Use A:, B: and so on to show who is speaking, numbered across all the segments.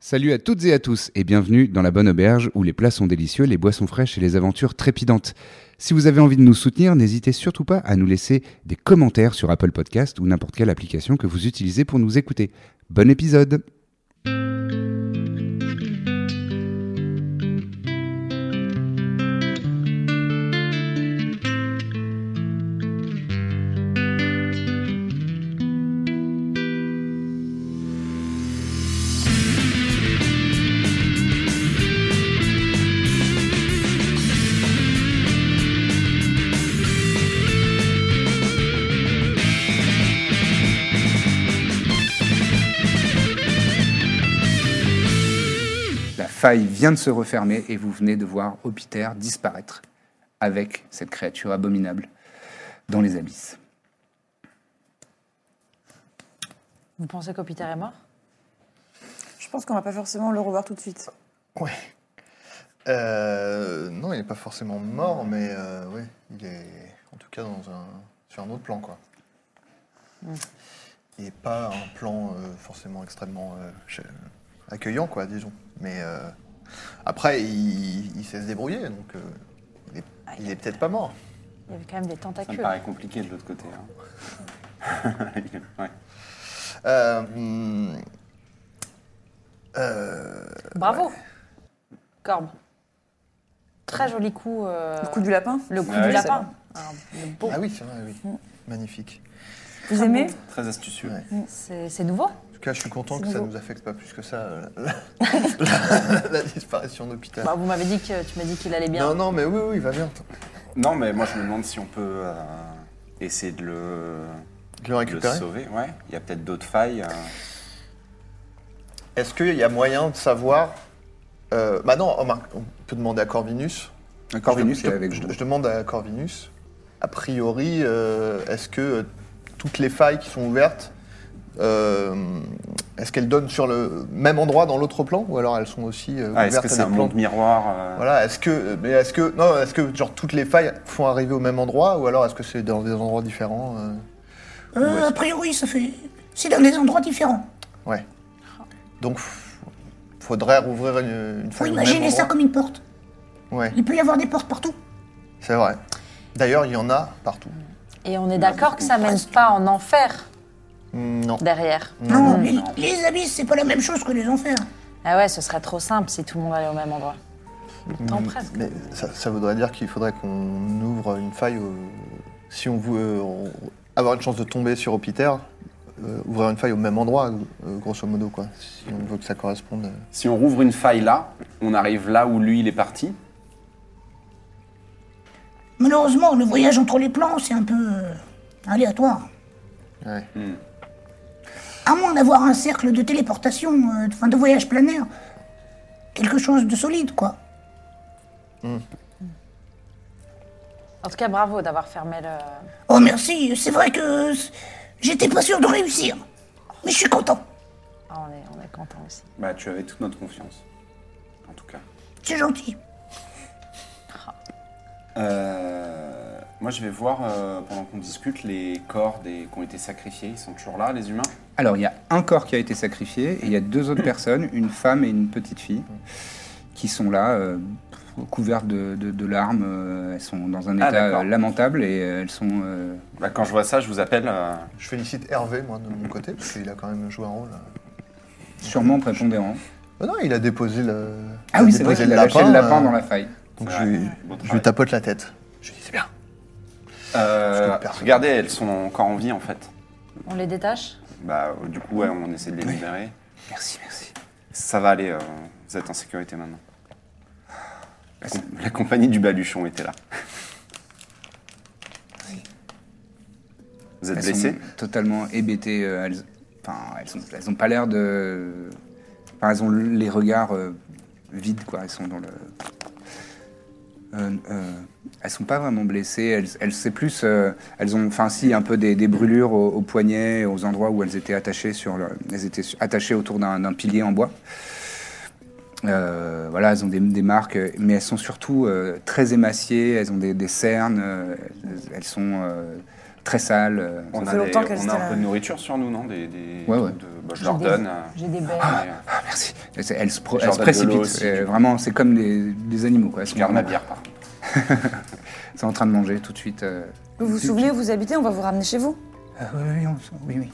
A: Salut à toutes et à tous et bienvenue dans la bonne auberge où les plats sont délicieux, les boissons fraîches et les aventures trépidantes. Si vous avez envie de nous soutenir, n'hésitez surtout pas à nous laisser des commentaires sur Apple Podcast ou n'importe quelle application que vous utilisez pour nous écouter. Bon épisode La faille vient de se refermer et vous venez de voir Hopiter disparaître avec cette créature abominable dans les abysses.
B: Vous pensez qu'Hopiter est mort
C: Je pense qu'on va pas forcément le revoir tout de suite.
D: Ouais. Euh, non, il n'est pas forcément mort, mais euh, ouais, il est en tout cas dans un, sur un autre plan, quoi. Et pas un plan euh, forcément extrêmement euh, ch- accueillant, quoi, disons. Mais euh, après, il, il sait se débrouiller, donc euh, il est, il est peut-être pas mort.
B: Il y avait quand même des
E: Ça
B: tentacules.
E: me paraît compliqué de l'autre côté. hein. Ouais.
D: Euh, hum, euh,
B: Bravo Corbe. Très joli coup. euh,
C: Le coup du lapin
B: le coup
E: Ouais,
B: du
E: c'est
B: lapin. Alors, le beau.
D: ah oui, c'est vrai, oui. Magnifique.
C: Vous aimez
E: Très astucieux.
D: Ouais.
B: C'est c'est nouveau
D: En tout cas, je suis content
C: C'est
D: que ça
C: nouveau.
D: nous affecte pas plus que ça, euh, la, la- la disparition d'Hôpital.
B: Bah, Vous m'avez dit que tu m'as dit qu'il allait bien.
D: Non, non, mais oui, oui, il va bien.
E: Non, mais moi je me demande si on peut euh, essayer de le,
D: Je le
E: de le
D: récupérer.
E: sauver. Ouais. Il y a peut-être d'autres failles. euh.
D: Est-ce qu'il y a moyen de savoir euh, Bah non, on mar- on peut demander à Corvinus.
E: Ah,
A: Corvinus
D: je, je-
A: est avec
D: je-
A: vous.
D: je demande à Corvinus. A priori, euh, est-ce que euh, toutes les failles qui sont ouvertes, euh, est-ce qu'elles donnent sur le même endroit dans l'autre plan, ou alors elles sont aussi euh,
E: Ah, Est-ce
D: ouvertes
E: que
D: à
E: c'est un
D: des plans
E: monde miroir euh,
D: Voilà. Est-ce que, mais est-ce que, non, est-ce que genre toutes les failles font arriver au même endroit, ou alors est-ce que c'est dans des endroits différents euh
F: Euh, a priori, ça fait. C'est dans des endroits différents.
D: Ouais. Donc, f- faudrait rouvrir une, une
F: Faut
D: faille. au même
F: imaginer ça
D: endroit.
F: comme une porte.
D: Ouais.
F: Il peut y avoir des portes partout.
D: C'est vrai. D'ailleurs, il y en a partout.
B: Et on est d'accord que ça mène pas en enfer
D: Mm, Non.
B: derrière.
F: Non, mais les abysses, c'est pas la même chose que les enfers.
B: Ah ouais, ce serait trop simple si tout le monde allait au même endroit.
D: Mm.
B: Tant presque.
D: Mais ça, ça voudrait dire qu'il faudrait qu'on ouvre une faille. au- Si on veut euh, on- avoir une chance de tomber sur Hopiter, euh, ouvrir une faille au même endroit, euh, grosso modo, quoi. Si on veut que ça corresponde. euh.
E: Si on rouvre une faille là, on arrive là où lui il est parti.
F: Malheureusement, le voyage entre les plans, c'est un peu. euh, aléatoire. Hmm.
D: Ouais.
F: À moins d'avoir un cercle de téléportation, euh, enfin de voyage planaire. Quelque chose de solide, quoi.
B: En tout cas, bravo d'avoir fermé le.
F: Oh, merci, c'est vrai que. c- J'étais pas sûr de réussir. Mais je suis content.
B: Ah, on, est, on est content aussi.
E: Bah, tu avais toute notre confiance. En tout cas.
F: C'est gentil.
E: Euh, moi, je vais voir euh, pendant qu'on discute les corps des qui ont été sacrifiés. Ils sont toujours là, les humains.
A: Alors, il y a un corps qui a été sacrifié et il y a deux autres personnes, une femme et une petite fille, qui sont là, euh, couvertes de, de- de larmes. euh, Elles sont dans un
E: Ah,
A: état
E: d'accord.
A: euh, lamentable et euh, elles sont. euh,
E: Bah, quand je vois ça, je vous appelle. euh,
D: Je félicite Hervé, moi, de mon côté, parce qu'il a quand même joué un rôle. euh.
A: Sûrement prépondérant.
D: Ah non, il a déposé le.
A: Ah
D: il a
A: oui, c'est vrai
D: déposé
A: qu'il a lâché le lapin
D: euh,
A: dans la faille.
D: Donc
E: C'est
D: je, lui-
E: vrai. Bon
D: je lui
E: travail.
D: tapote la tête. Je lui dis, c'est bien.
E: Euh,
D: Je te perds.
E: regardez, elles sont encore en vie en fait.
B: On les détache
E: Bah, euh, du coup, ouais, on essaie de les libérer.
A: Merci, merci.
E: Ça va aller, euh, vous êtes en sécurité maintenant. La, com- la compagnie du baluchon était là. Vous êtes
A: Elles
E: blessé
A: sont totalement hébétées. euh, elles- enfin, Enfin, elles sont, elles ont pas l'air de. Enfin, elles ont les regards euh, vides, quoi. Elles sont dans le. Euh, euh, elles sont pas vraiment blessées. Elles, elles c'est plus. euh, elles ont, enfin, si, un peu des, des brûlures aux, aux poignets, aux endroits où elles étaient attachées sur. le- elles étaient su- attachées autour d'un d'un pilier en bois. Euh, voilà, elles ont des, des marques, euh, mais elles sont surtout euh, très émaciées. Elles ont des, des cernes. euh, elles, elles sont euh, très sales. euh.
E: On
G: fait
E: a, des-
G: longtemps qu'elles
E: on a
G: étaient
E: un peu
G: là.
E: de nourriture sur nous, non des, des
A: Ouais,
E: trucs
A: ouais.
E: de- bah, je
B: J'ai
E: leur
B: des-
E: donne.
B: J'ai des belles.
E: Ah,
A: Ah, merci. Elles, se- elles se pro-
E: Et
A: elles
E: genre
A: se
E: de
A: précipitent.
E: l'eau aussi,
A: Euh,
E: tu vois.
A: vraiment, c'est comme des, des animaux. Quoi. Elles
E: je
A: sont
E: garde ma
A: vraiment-
E: bière, par contre.
A: Elles sont en train de manger tout de suite. euh.
G: Vous vous souvenez où vous habitez On va vous ramener chez vous.
A: Euh, oui, oui, on- oui, oui.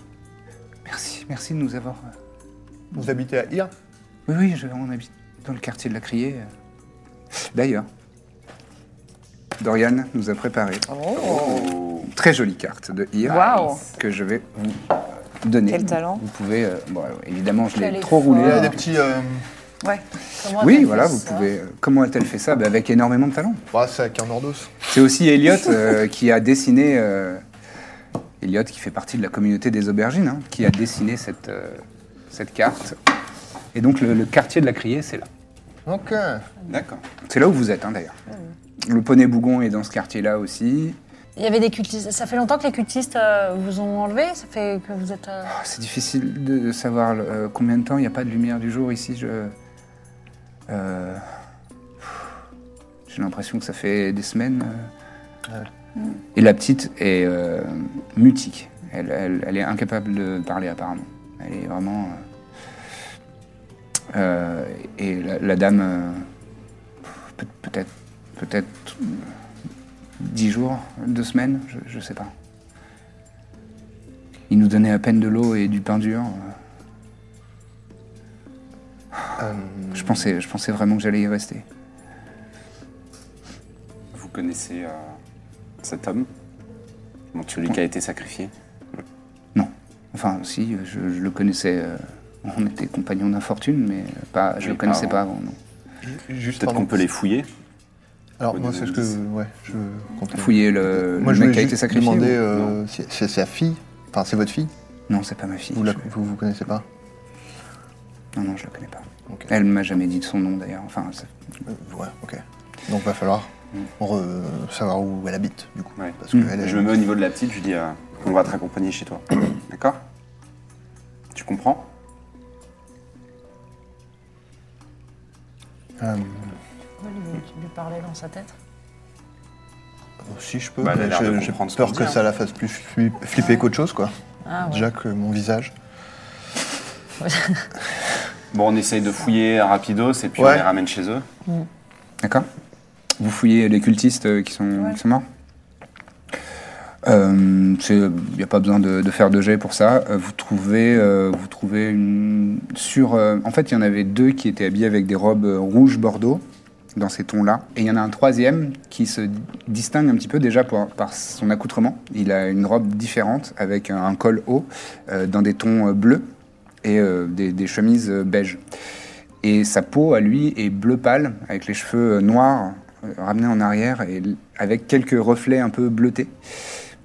A: Merci, merci de nous avoir. euh.
D: Vous habitez à Ir
A: Oui, oui, je- on habite dans le quartier de la Criée. euh. D'ailleurs, Dorian nous a préparé
B: Oh.
A: une très jolie carte de IR
B: Waouh.
A: que je vais vous donner.
B: Quel talent.
A: Vous pouvez, euh, bon, euh, évidemment, je
B: Quel
A: l'ai trop
B: effort.
A: roulé.
D: Il y a des petits. euh,
G: Ouais.
B: Comment
A: Oui,
B: t'as
A: voilà,
B: fait
A: vous
B: ça
A: pouvez. euh, Comment a-t-elle fait ça Bah, Avec énormément de talent.
D: bah, c'est avec un ordos.
A: C'est aussi Elliot euh, qui a dessiné. euh, Elliot qui fait partie de la communauté des aubergines, hein, qui a dessiné cette, euh, cette carte. Et donc le, le quartier de la Criée, c'est là.
D: Ok.
E: D'accord.
A: C'est là où vous êtes, hein, d'ailleurs. Le poney Bougon est dans ce quartier-là aussi.
B: Il y avait des cultistes. Ça fait longtemps que les cultistes euh, vous ont enlevé Ça fait que vous êtes. euh,
A: Ah, c'est difficile de, de savoir euh, combien de temps il n'y a pas de lumière du jour ici. Je. euh, J'ai l'impression que ça fait des semaines. euh. Et la petite est euh, mutique. Elle, elle- elle est incapable de parler apparemment. Elle est vraiment. euh, euh, et la, la dame, euh, peut- peut-être, peut-être euh, dix jours, deux semaines, je, je sais pas. Il nous donnait à peine de l'eau et du pain dur. Je pensais, je pensais vraiment que j'allais y rester.
E: Vous connaissez euh, cet homme Donc, Celui qui a été sacrifié
A: Non. Enfin, si, je, je le connaissais. euh, on était compagnons d'infortune, mais pas, je
E: Oui,
A: le connaissais
E: pas
A: pas avant. non.
D: Juste
E: Peut-être
D: pardon.
E: qu'on peut les fouiller.
D: Alors,
E: Oui,
D: moi, c'est ce que.
E: des-
D: Ouais, je. comptais-
A: Fouiller le,
D: Moi,
A: le mec
D: je voulais
A: qui a été
D: juste
A: sacrifié.
D: demander
A: ou-
D: euh, si si c'est sa fille. Enfin, c'est votre fille.
A: Non, c'est pas ma fille.
D: Vous la
A: Je-
D: vous, vous connaissez pas
A: Non, non, je la connais pas.
D: Ok.
A: Elle m'a jamais dit de son nom d'ailleurs. Enfin, ça-
D: Euh, Ouais, ok. Donc, va falloir
A: Mm.
D: re- savoir où elle habite, du coup.
E: Ouais. Mm.
D: Parce que elle,
E: Je me mets au niveau de la petite, je lui dis euh, on va te raccompagner chez toi. D'accord Tu comprends
D: Euh,
B: Pourquoi lui, tu lui parlais dans sa tête
D: si je peux,
E: Bah, elle a
D: mais
E: l'air de
D: je- j'ai
E: comprendre ce
D: peur
E: qu'on
D: que
E: dit, hein.
D: ça la fasse plus flip- flipper qu'autre chose, quoi.
B: Ah ouais.
D: Déjà que mon visage.
E: Bon, on essaye de fouiller à rapidos et puis on
D: Ouais.
E: les ramène chez eux.
A: D'accord Vous fouillez les cultistes euh, qui sont, qui sont morts Il n'y Euh, a pas besoin de, de faire de jet pour ça. Euh, Vous trouvez, euh, vous trouvez une. Sur, euh, en fait, il y en avait deux qui étaient habillés avec des robes euh, rouges bordeaux, dans ces tons-là. Et il y en a un troisième qui se di- distingue un petit peu déjà pour- par son accoutrement. Il a une robe différente avec un, un col haut, euh, dans des tons euh, bleus et euh, des, des chemises euh, beiges. Et sa peau, à lui, est bleu pâle, avec les cheveux euh, noirs euh, ramenés en arrière et l- avec quelques reflets un peu bleutés.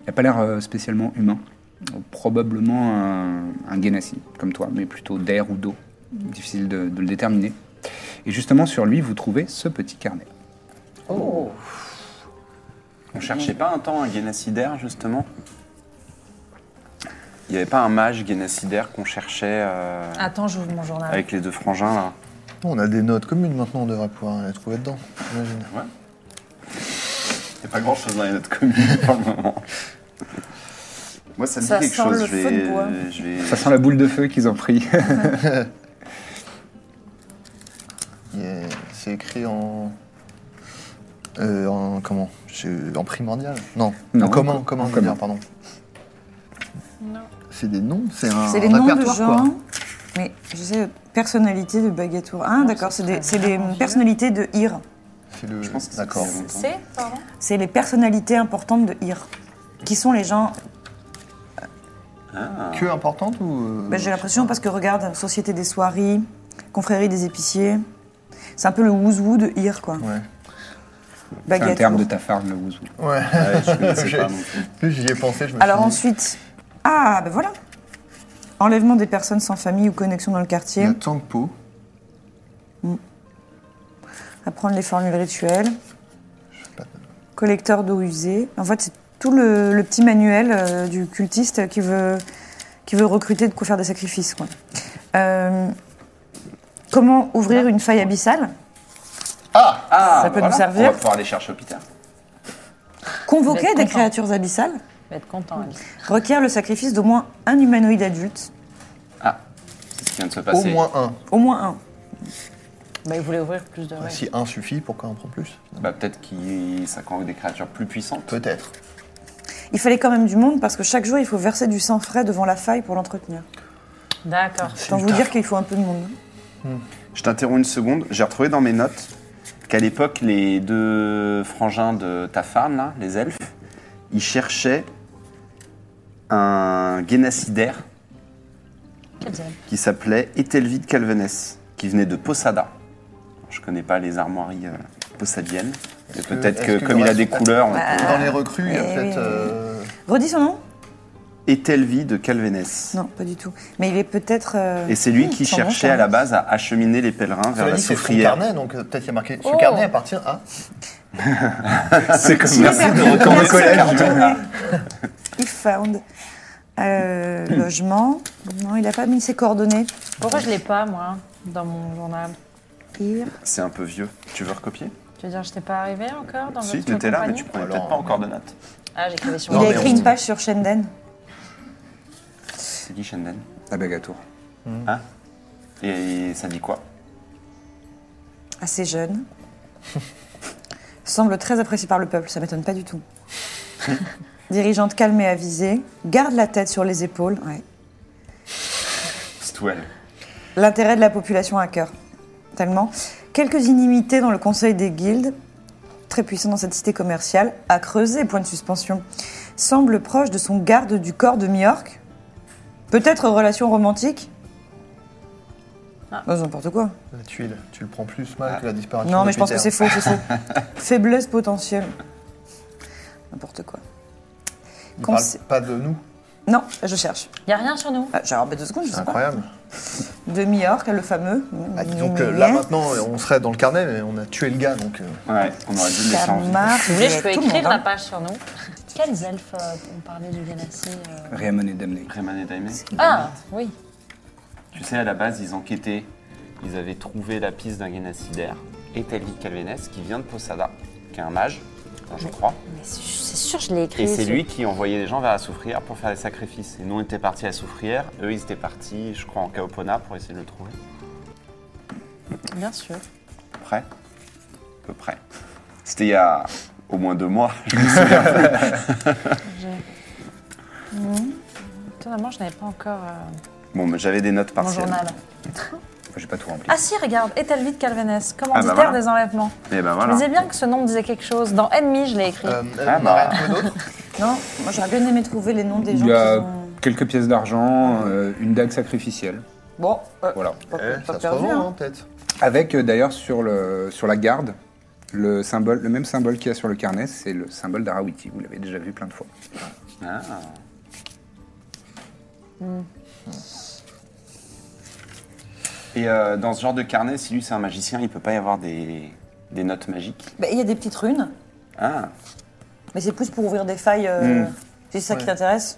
A: Il n'a pas l'air euh, spécialement humain. Donc, Probablement un, un Genasi, comme toi, mais plutôt d'air ou d'eau. Difficile de, de le déterminer. Et justement, sur lui, vous trouvez ce petit carnet.
E: On cherchait pas un temps un guénacidaire, justement Il n'y avait pas un mage guénacidaire qu'on cherchait euh,
B: Attends, j'ouvre mon journal.
E: avec les deux frangins, là
D: On a des notes communes maintenant, on devrait pouvoir les trouver dedans, j'imagine.
E: Ouais. Il n'y a pas grand chose dans les notes communes pour le moment. Moi, ça me
B: Ça
E: dit quelque
B: sent
E: chose.
B: le
E: je vais,
B: feu de bois.
E: je vais-
A: Ça sent la boule de feu qu'ils ont pris.
D: Il est- C'est écrit en. euh, en comment Je- En primordial Non,
A: Non,
D: en commun,
A: en
D: commun, je veux
A: commun.
D: dire, pardon. C'est des noms C'est un,
G: C'est
D: un
G: les noms de
D: répertoire, quoi.
G: gens. Mais je sais, personnalité de Bagatour. Ah, d'accord, c'est des, c'est des personnalités de Ir.
D: C'est le...
E: Je pense que c'est-
D: D'accord.
B: C'est Pardon
G: C'est les personnalités importantes de Ir. Qui sont les gens.
D: Que importante ou. euh,
G: Bah, J'ai l'impression, parce que regarde, Société des soieries, Confrérie des épiciers. C'est un peu le wouzou de Ir, quoi.
D: Ouais.
A: C'est un
G: Bagatour.
A: terme de ta farme, le Wuzu.
D: Ouais.
E: Ouais, je connaissais pas non
D: Plus j'y ai pensé, je me
G: Alors
D: suis
G: ensuite. Ah, ben voilà. bah Enlèvement des personnes sans famille ou connexion dans le
D: Il
G: quartier.
D: y a Tangpo.
G: Apprendre les formules rituelles. Collecteur d'eau usée. En fait, c'est tout le, le petit manuel euh, du cultiste qui veut, qui veut recruter de quoi faire des sacrifices. quoi. Euh, comment ouvrir une faille abyssale
D: Ah
E: Ah,
G: Ça peut nous servir.
E: On va pouvoir aller chercher au Peter.
G: Convoquer
B: D'être
G: des
B: content.
G: créatures abyssales
B: Je vais être content. elle.
G: requiert le sacrifice d'au moins un humanoïde adulte.
E: Ah, Bah, c'est ce qui vient de se
D: Au
E: passer.
D: moins un.
G: Au moins un.
B: Bah, il voulait ouvrir plus de raies.
D: Si un suffit, pourquoi en prend plus
E: Bah, peut-être qu'il ça convoque des créatures plus puissantes.
D: Peut-être.
G: Il fallait quand même du monde parce que chaque jour, il faut verser du sang frais devant la faille pour l'entretenir.
B: D'accord.
D: C'est
G: Tant
D: du
G: vous
D: taf.
G: dire qu'il faut un peu de monde.
E: Je t'interromps une seconde. J'ai retrouvé dans mes notes qu'à l'époque, les deux frangins de Tafarn, là, les elfes, ils cherchaient un guénacidaire qui s'appelait Etelvide Calvenes, qui venait de Posada. Je connais pas les armoiries euh, possadiennes. Et
D: que-
E: Peut-être que,
D: est-ce que
E: comme
D: le
E: il a
D: reste-
E: des couleurs, on peut-
D: Dans les recrues, il y a
G: Euh, Eh oui.
D: peut-être. euh,
G: Redis son nom
E: Etelvide Calvenes.
G: Non, pas du tout. Mais il est peut-être. euh,
E: Et c'est lui
G: hmm,
E: qui
G: son nom,
E: cherchait à la base à acheminer les pèlerins vers
D: Cela
E: la
D: dit, c'est son
E: soufrière.
D: carnet, donc euh, peut-être il y a marqué
B: Oh.
D: ce carnet appartient à. ah,
E: Ah, C'est comme
G: Si,
E: merci
G: merci.
E: de recommander ce
G: Merci.
E: carton.
G: He found. Euh,
E: Hmm.
G: logement. Non, il n'a pas mis ses coordonnées.
B: Pourquoi je l'ai pas, moi, dans mon journal
G: Pire.
E: C'est un peu vieux. Tu veux recopier
B: Tu veux dire, je t'ai pas arrivé encore dans
E: Si,
B: votre
E: tu étais là, mais
B: compagnie
E: tu prenais
D: Alors,
E: peut-être pas encore de notes.
B: Ah, j'écrivais sur
G: Il
D: Non,
G: a
D: mais
G: écrit
D: on-
G: une page sur Shenden.
E: C'est dit Shenden.
A: La bague à tour.
E: Hein Et ça dit quoi
G: Assez jeune. Semble très apprécié par le peuple, ça m'étonne pas du tout. Dirigeante calme et avisée. Garde la tête sur les épaules. Ouais.
E: C'est tout elle.
G: L'intérêt de la population à cœur. Tellement. Quelques inimités dans le conseil des guildes. Très puissant dans cette cité commerciale. À creuser, point de suspension. Semble proche de son garde du corps de Miorque. Peut-être relation romantique
B: Ah.
G: Oh, N'importe quoi.
D: La tuile, tu le prends plus mal que la disparition.
G: Non,
D: de
G: mais je pense que
D: Peter.
G: c'est faux, c'est faux. Faiblesse potentielle. N'importe quoi.
D: Il
G: Cons-
D: parle pas de nous.
G: Non, je cherche.
B: Il n'y a rien sur nous.
G: Ah, J'ai un deux secondes, je
D: C'est
G: sais pas.
D: incroyable.
G: De Miorque, le fameux.
D: Ah, dis donc, euh, là maintenant, on serait dans le carnet, mais on a tué le gars, donc. euh,
E: Ouais, on aurait dû le laisser
G: Ça
E: en vie.
G: marche.
B: Vous voulez, je
G: avec
B: peux
G: tout le
B: écrire
G: monde,
B: la
G: hein.
B: page sur nous. Quels elfes euh, ont parlé du Ganassi euh
A: Réamon et Damné.
E: Rayman et Daimé.
B: Ah, oui.
E: Tu sais, à la base, ils enquêtaient. Ils avaient trouvé la piste d'un guénacidaire, Etelvide Calvenes, qui vient de Posada, qui est un mage, je crois.
B: Mais c'est c'est sûr, je l'ai écrit.
E: Et c'est
B: sur-
E: lui qui envoyait les gens vers la soufrière pour faire des sacrifices. Et nous, on était partis à la soufrière. Eux, ils étaient partis, je crois, en Kaopona pour essayer de le trouver.
B: Bien sûr.
E: Prêt À peu près. C'était il y a au moins deux mois. je me souviens.
B: Étonnamment, je n'avais pas encore euh,
E: bon, mais j'avais des notes
B: mon
E: partielles.
B: journal.
A: J'ai pas tout rempli.
B: Ah si, regarde, Etelvide Calvenes,
E: Ah,
B: commanditaire
E: bah voilà.
B: des enlèvements.
E: Et ben
B: Je
E: voilà.
B: me disais bien que ce nom me disait quelque chose. Dans Ennemi, je l'ai écrit.
D: euh,
E: Ah,
D: on
E: bah.
D: arrête le nôtre.
G: Non, moi j'aurais bien aimé trouver les noms des gens
A: Il y
G: qui
A: a
G: ont.
A: quelques pièces d'argent, euh, une dague sacrificielle.
G: Bon, euh,
A: Voilà.
G: pas,
D: Eh, ça
G: pas
D: se
G: perdu.
D: revend,
G: hein.
D: hein, peut-être.
A: Avec euh, d'ailleurs sur, le, sur la garde, le, symbole, le même symbole qu'il y a sur le carnet, c'est le symbole d'Arawiti. Vous l'avez déjà vu plein de fois.
E: Ah. Et euh, dans ce genre de carnet, si lui c'est un magicien, il peut pas y avoir des, des notes magiques.
G: Bah, Il y a des petites runes,
E: Ah,
G: mais c'est plus pour ouvrir des failles. euh,
A: Mm.
G: C'est ça qui t'intéresse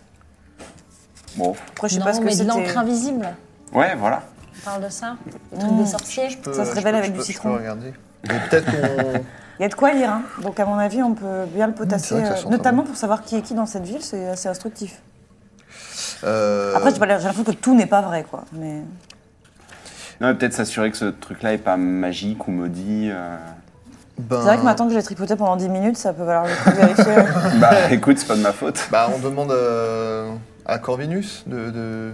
E: bon.
G: Après, je sais
B: non,
G: pas ce que
B: mais de
G: c'était.
B: l'encre invisible.
E: Ouais, voilà.
B: On parle de ça Le truc des sorciers
D: Peux-
G: Ça se
D: je
G: révèle
D: peux-
G: avec
D: je
G: du
D: peux- je
G: citron.
D: peux regarder. Mais peut-être qu'on.
G: Il y a de quoi lire, hein. donc à mon avis, on peut bien le potasser,
D: Mm, vrai que ça
G: euh,
D: sent très
G: notamment
D: bon.
G: pour savoir qui est qui dans cette ville, c'est assez instructif.
D: euh,
G: Après, j'ai pas l'air- j'ai l'impression que tout n'est pas vrai, quoi. Mais
E: Non, mais peut-être s'assurer que ce truc-là est pas magique ou maudit. euh.
D: ben,
G: c'est vrai que maintenant que je l'ai tripoté pendant 10 minutes, ça peut valoir le coup de vérifier. hein.
E: Bah écoute, c'est pas de ma faute.
D: Bah, on demande euh, à Corvinus de. de-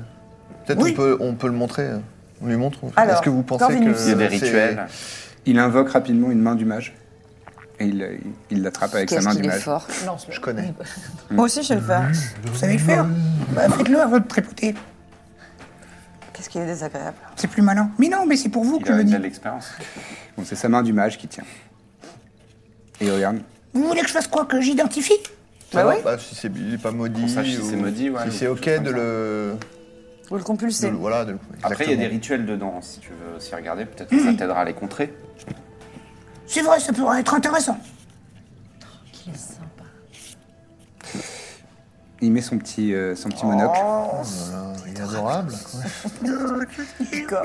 D: Peut-être
H: Oui.
D: on, peut, on peut le montrer. On lui montre.
G: Alors,
D: Est-ce que vous pensez
G: Corvinus.
D: que.
E: Il y a des
D: c'est-
E: rituels.
A: Il invoque rapidement une main du mage et il euh, il- il l'attrape avec sa
B: Qu'est-ce
A: main Mm. du
B: qu'il est
A: mage.
B: fort.
D: Je connais.
B: Bah,
G: Mm. Moi aussi, je vais le faire.
H: Vous savez le faire Bah, Faites-le
F: euh,
H: avant de tripoter.
G: Qu'est-ce qu'il est désagréable.
H: C'est plus malin. Mais non, mais c'est pour vous que
E: Il
H: je
E: a,
H: le
E: il a
H: dis.
E: de l'expérience.
A: Donc c'est sa main du mage qui tient. Et regarde.
H: Vous voulez que je fasse quoi Que j'identifie
D: Bah
G: oui.
D: si c'est il est pas maudit.
E: Qu'on sache si c'est maudit, ouais,
D: Si
E: ou
D: c'est ok
E: quelque chose
D: de
E: comme
D: le.
G: Vous le
D: De
G: compulsez.
D: le- voilà, de le-
E: Après, il y a des
D: exactement.
E: rituels dedans, si tu veux aussi regarder. Peut-être que ça t'aidera à les contrer.
H: C'est vrai, ça pourrait être intéressant.
A: Il met son petit, euh, son petit monocle
B: Oh.
D: Euh, Il est adorable. quoi.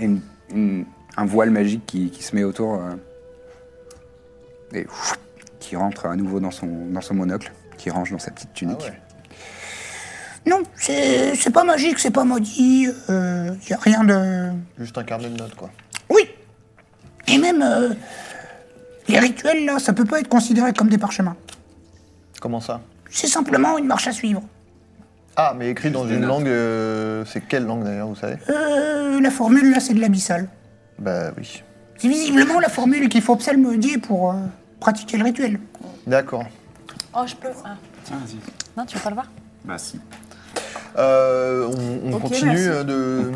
A: et une- une- un voile magique qui, qui se met autour euh, et ouf, qui rentre à nouveau dans son, dans son monocle, qui range dans sa petite tunique.
D: Ah ouais.
H: Non, c'est c'est pas magique, c'est pas maudit, il y a rien de...
D: Juste un carnet de notes, quoi.
H: Oui Et même, euh, les rituels, là, ça peut pas être considéré comme des parchemins.
D: Comment ça
H: C'est simplement une marche à suivre.
D: Ah, mais écrit dans
E: des
D: une
E: notes.
D: langue. euh, c'est quelle langue d'ailleurs, vous savez
H: Euh, la formule, là, c'est de l'abyssal.
D: Bah oui.
H: C'est visiblement la formule qu'il faut psalmodier pour euh, pratiquer le rituel.
D: D'accord.
B: Oh, je peux. Ah. Non, tu veux pas le voir
E: Bah si.
D: Euh, on on
B: Ok,
D: continue
B: merci.
D: euh, de.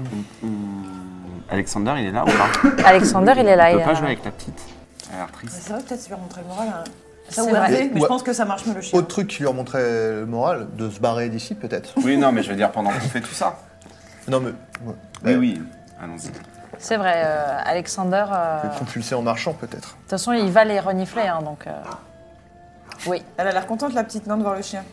E: Alexander, il est là ou pas
B: Alexander, il est là.
E: On
B: il
E: peut
B: est
E: pas
B: là.
E: jouer avec la petite. Elle a l'air triste.
G: C'est vrai, peut-être ça lui remontrer le moral. hein.
B: C'est
G: Ça ou
B: vrai.
G: RP, mais je
D: Ouais.
G: pense que ça marche mieux le chien.
D: Autre truc qui lui remontrait le moral, de se barrer d'ici peut-être.
E: Oui, non, mais je veux dire, pendant qu'on fait tout ça.
D: Non mais. ouais.
E: Oui,
D: Euh,
E: oui. Allons-y.
B: C'est vrai, euh, Alexander. euh,
D: le Compulser en marchant peut-être.
B: De toute façon, il va les renifler, hein, donc. euh, Oui.
G: Elle a l'air contente, la petite, non, de voir le chien.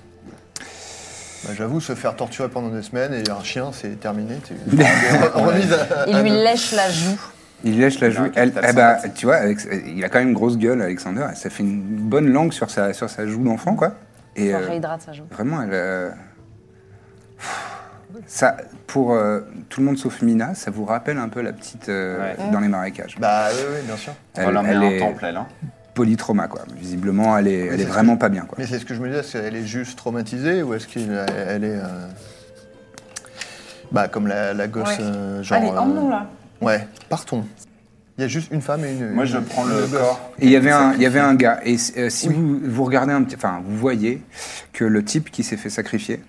D: Bah, J'avoue, se faire torturer pendant des semaines et un chien, c'est terminé. t'es- Re- Remise à.
B: Il lui
E: Euh,
B: lèche la joue.
A: Il lèche la joue.
E: un
A: Elle,
E: capital
A: eh ben,
E: sympathique.
A: tu vois, Alex- il a quand même une grosse gueule, Alexander. Ça fait une bonne langue sur sa, sur sa joue d'enfant, quoi. Et
B: Il
A: euh,
B: réhydrate sa joue.
A: vraiment, elle. euh, Ça, pour euh, tout le monde sauf Mina, ça vous rappelle un peu la petite euh, dans les marécages.
D: Bah oui, oui, bien sûr.
E: On va
A: elle
E: leur mettre un
A: est
E: temple, elle. Hein.
A: polytrauma, quoi. Visiblement, elle est, elle est
D: c'est ce
A: vraiment
D: que-
A: pas bien, quoi.
D: Mais c'est ce que je me disais, c'est elle est juste traumatisée ou est-ce qu'elle est. euh, Bah comme la, la gosse
G: Ouais.
D: euh, genre.
G: Allez,
D: euh,
G: emmenons là.
D: Ouais, partons. Il y a juste une femme et une.
E: Moi,
D: une-
E: je prends
D: une
E: le
D: gosse.
E: corps.
A: Et il y avait un, il y avait un gars. Et euh, si vous, vous regardez un petit, enfin, vous voyez que le type qui s'est fait sacrifier,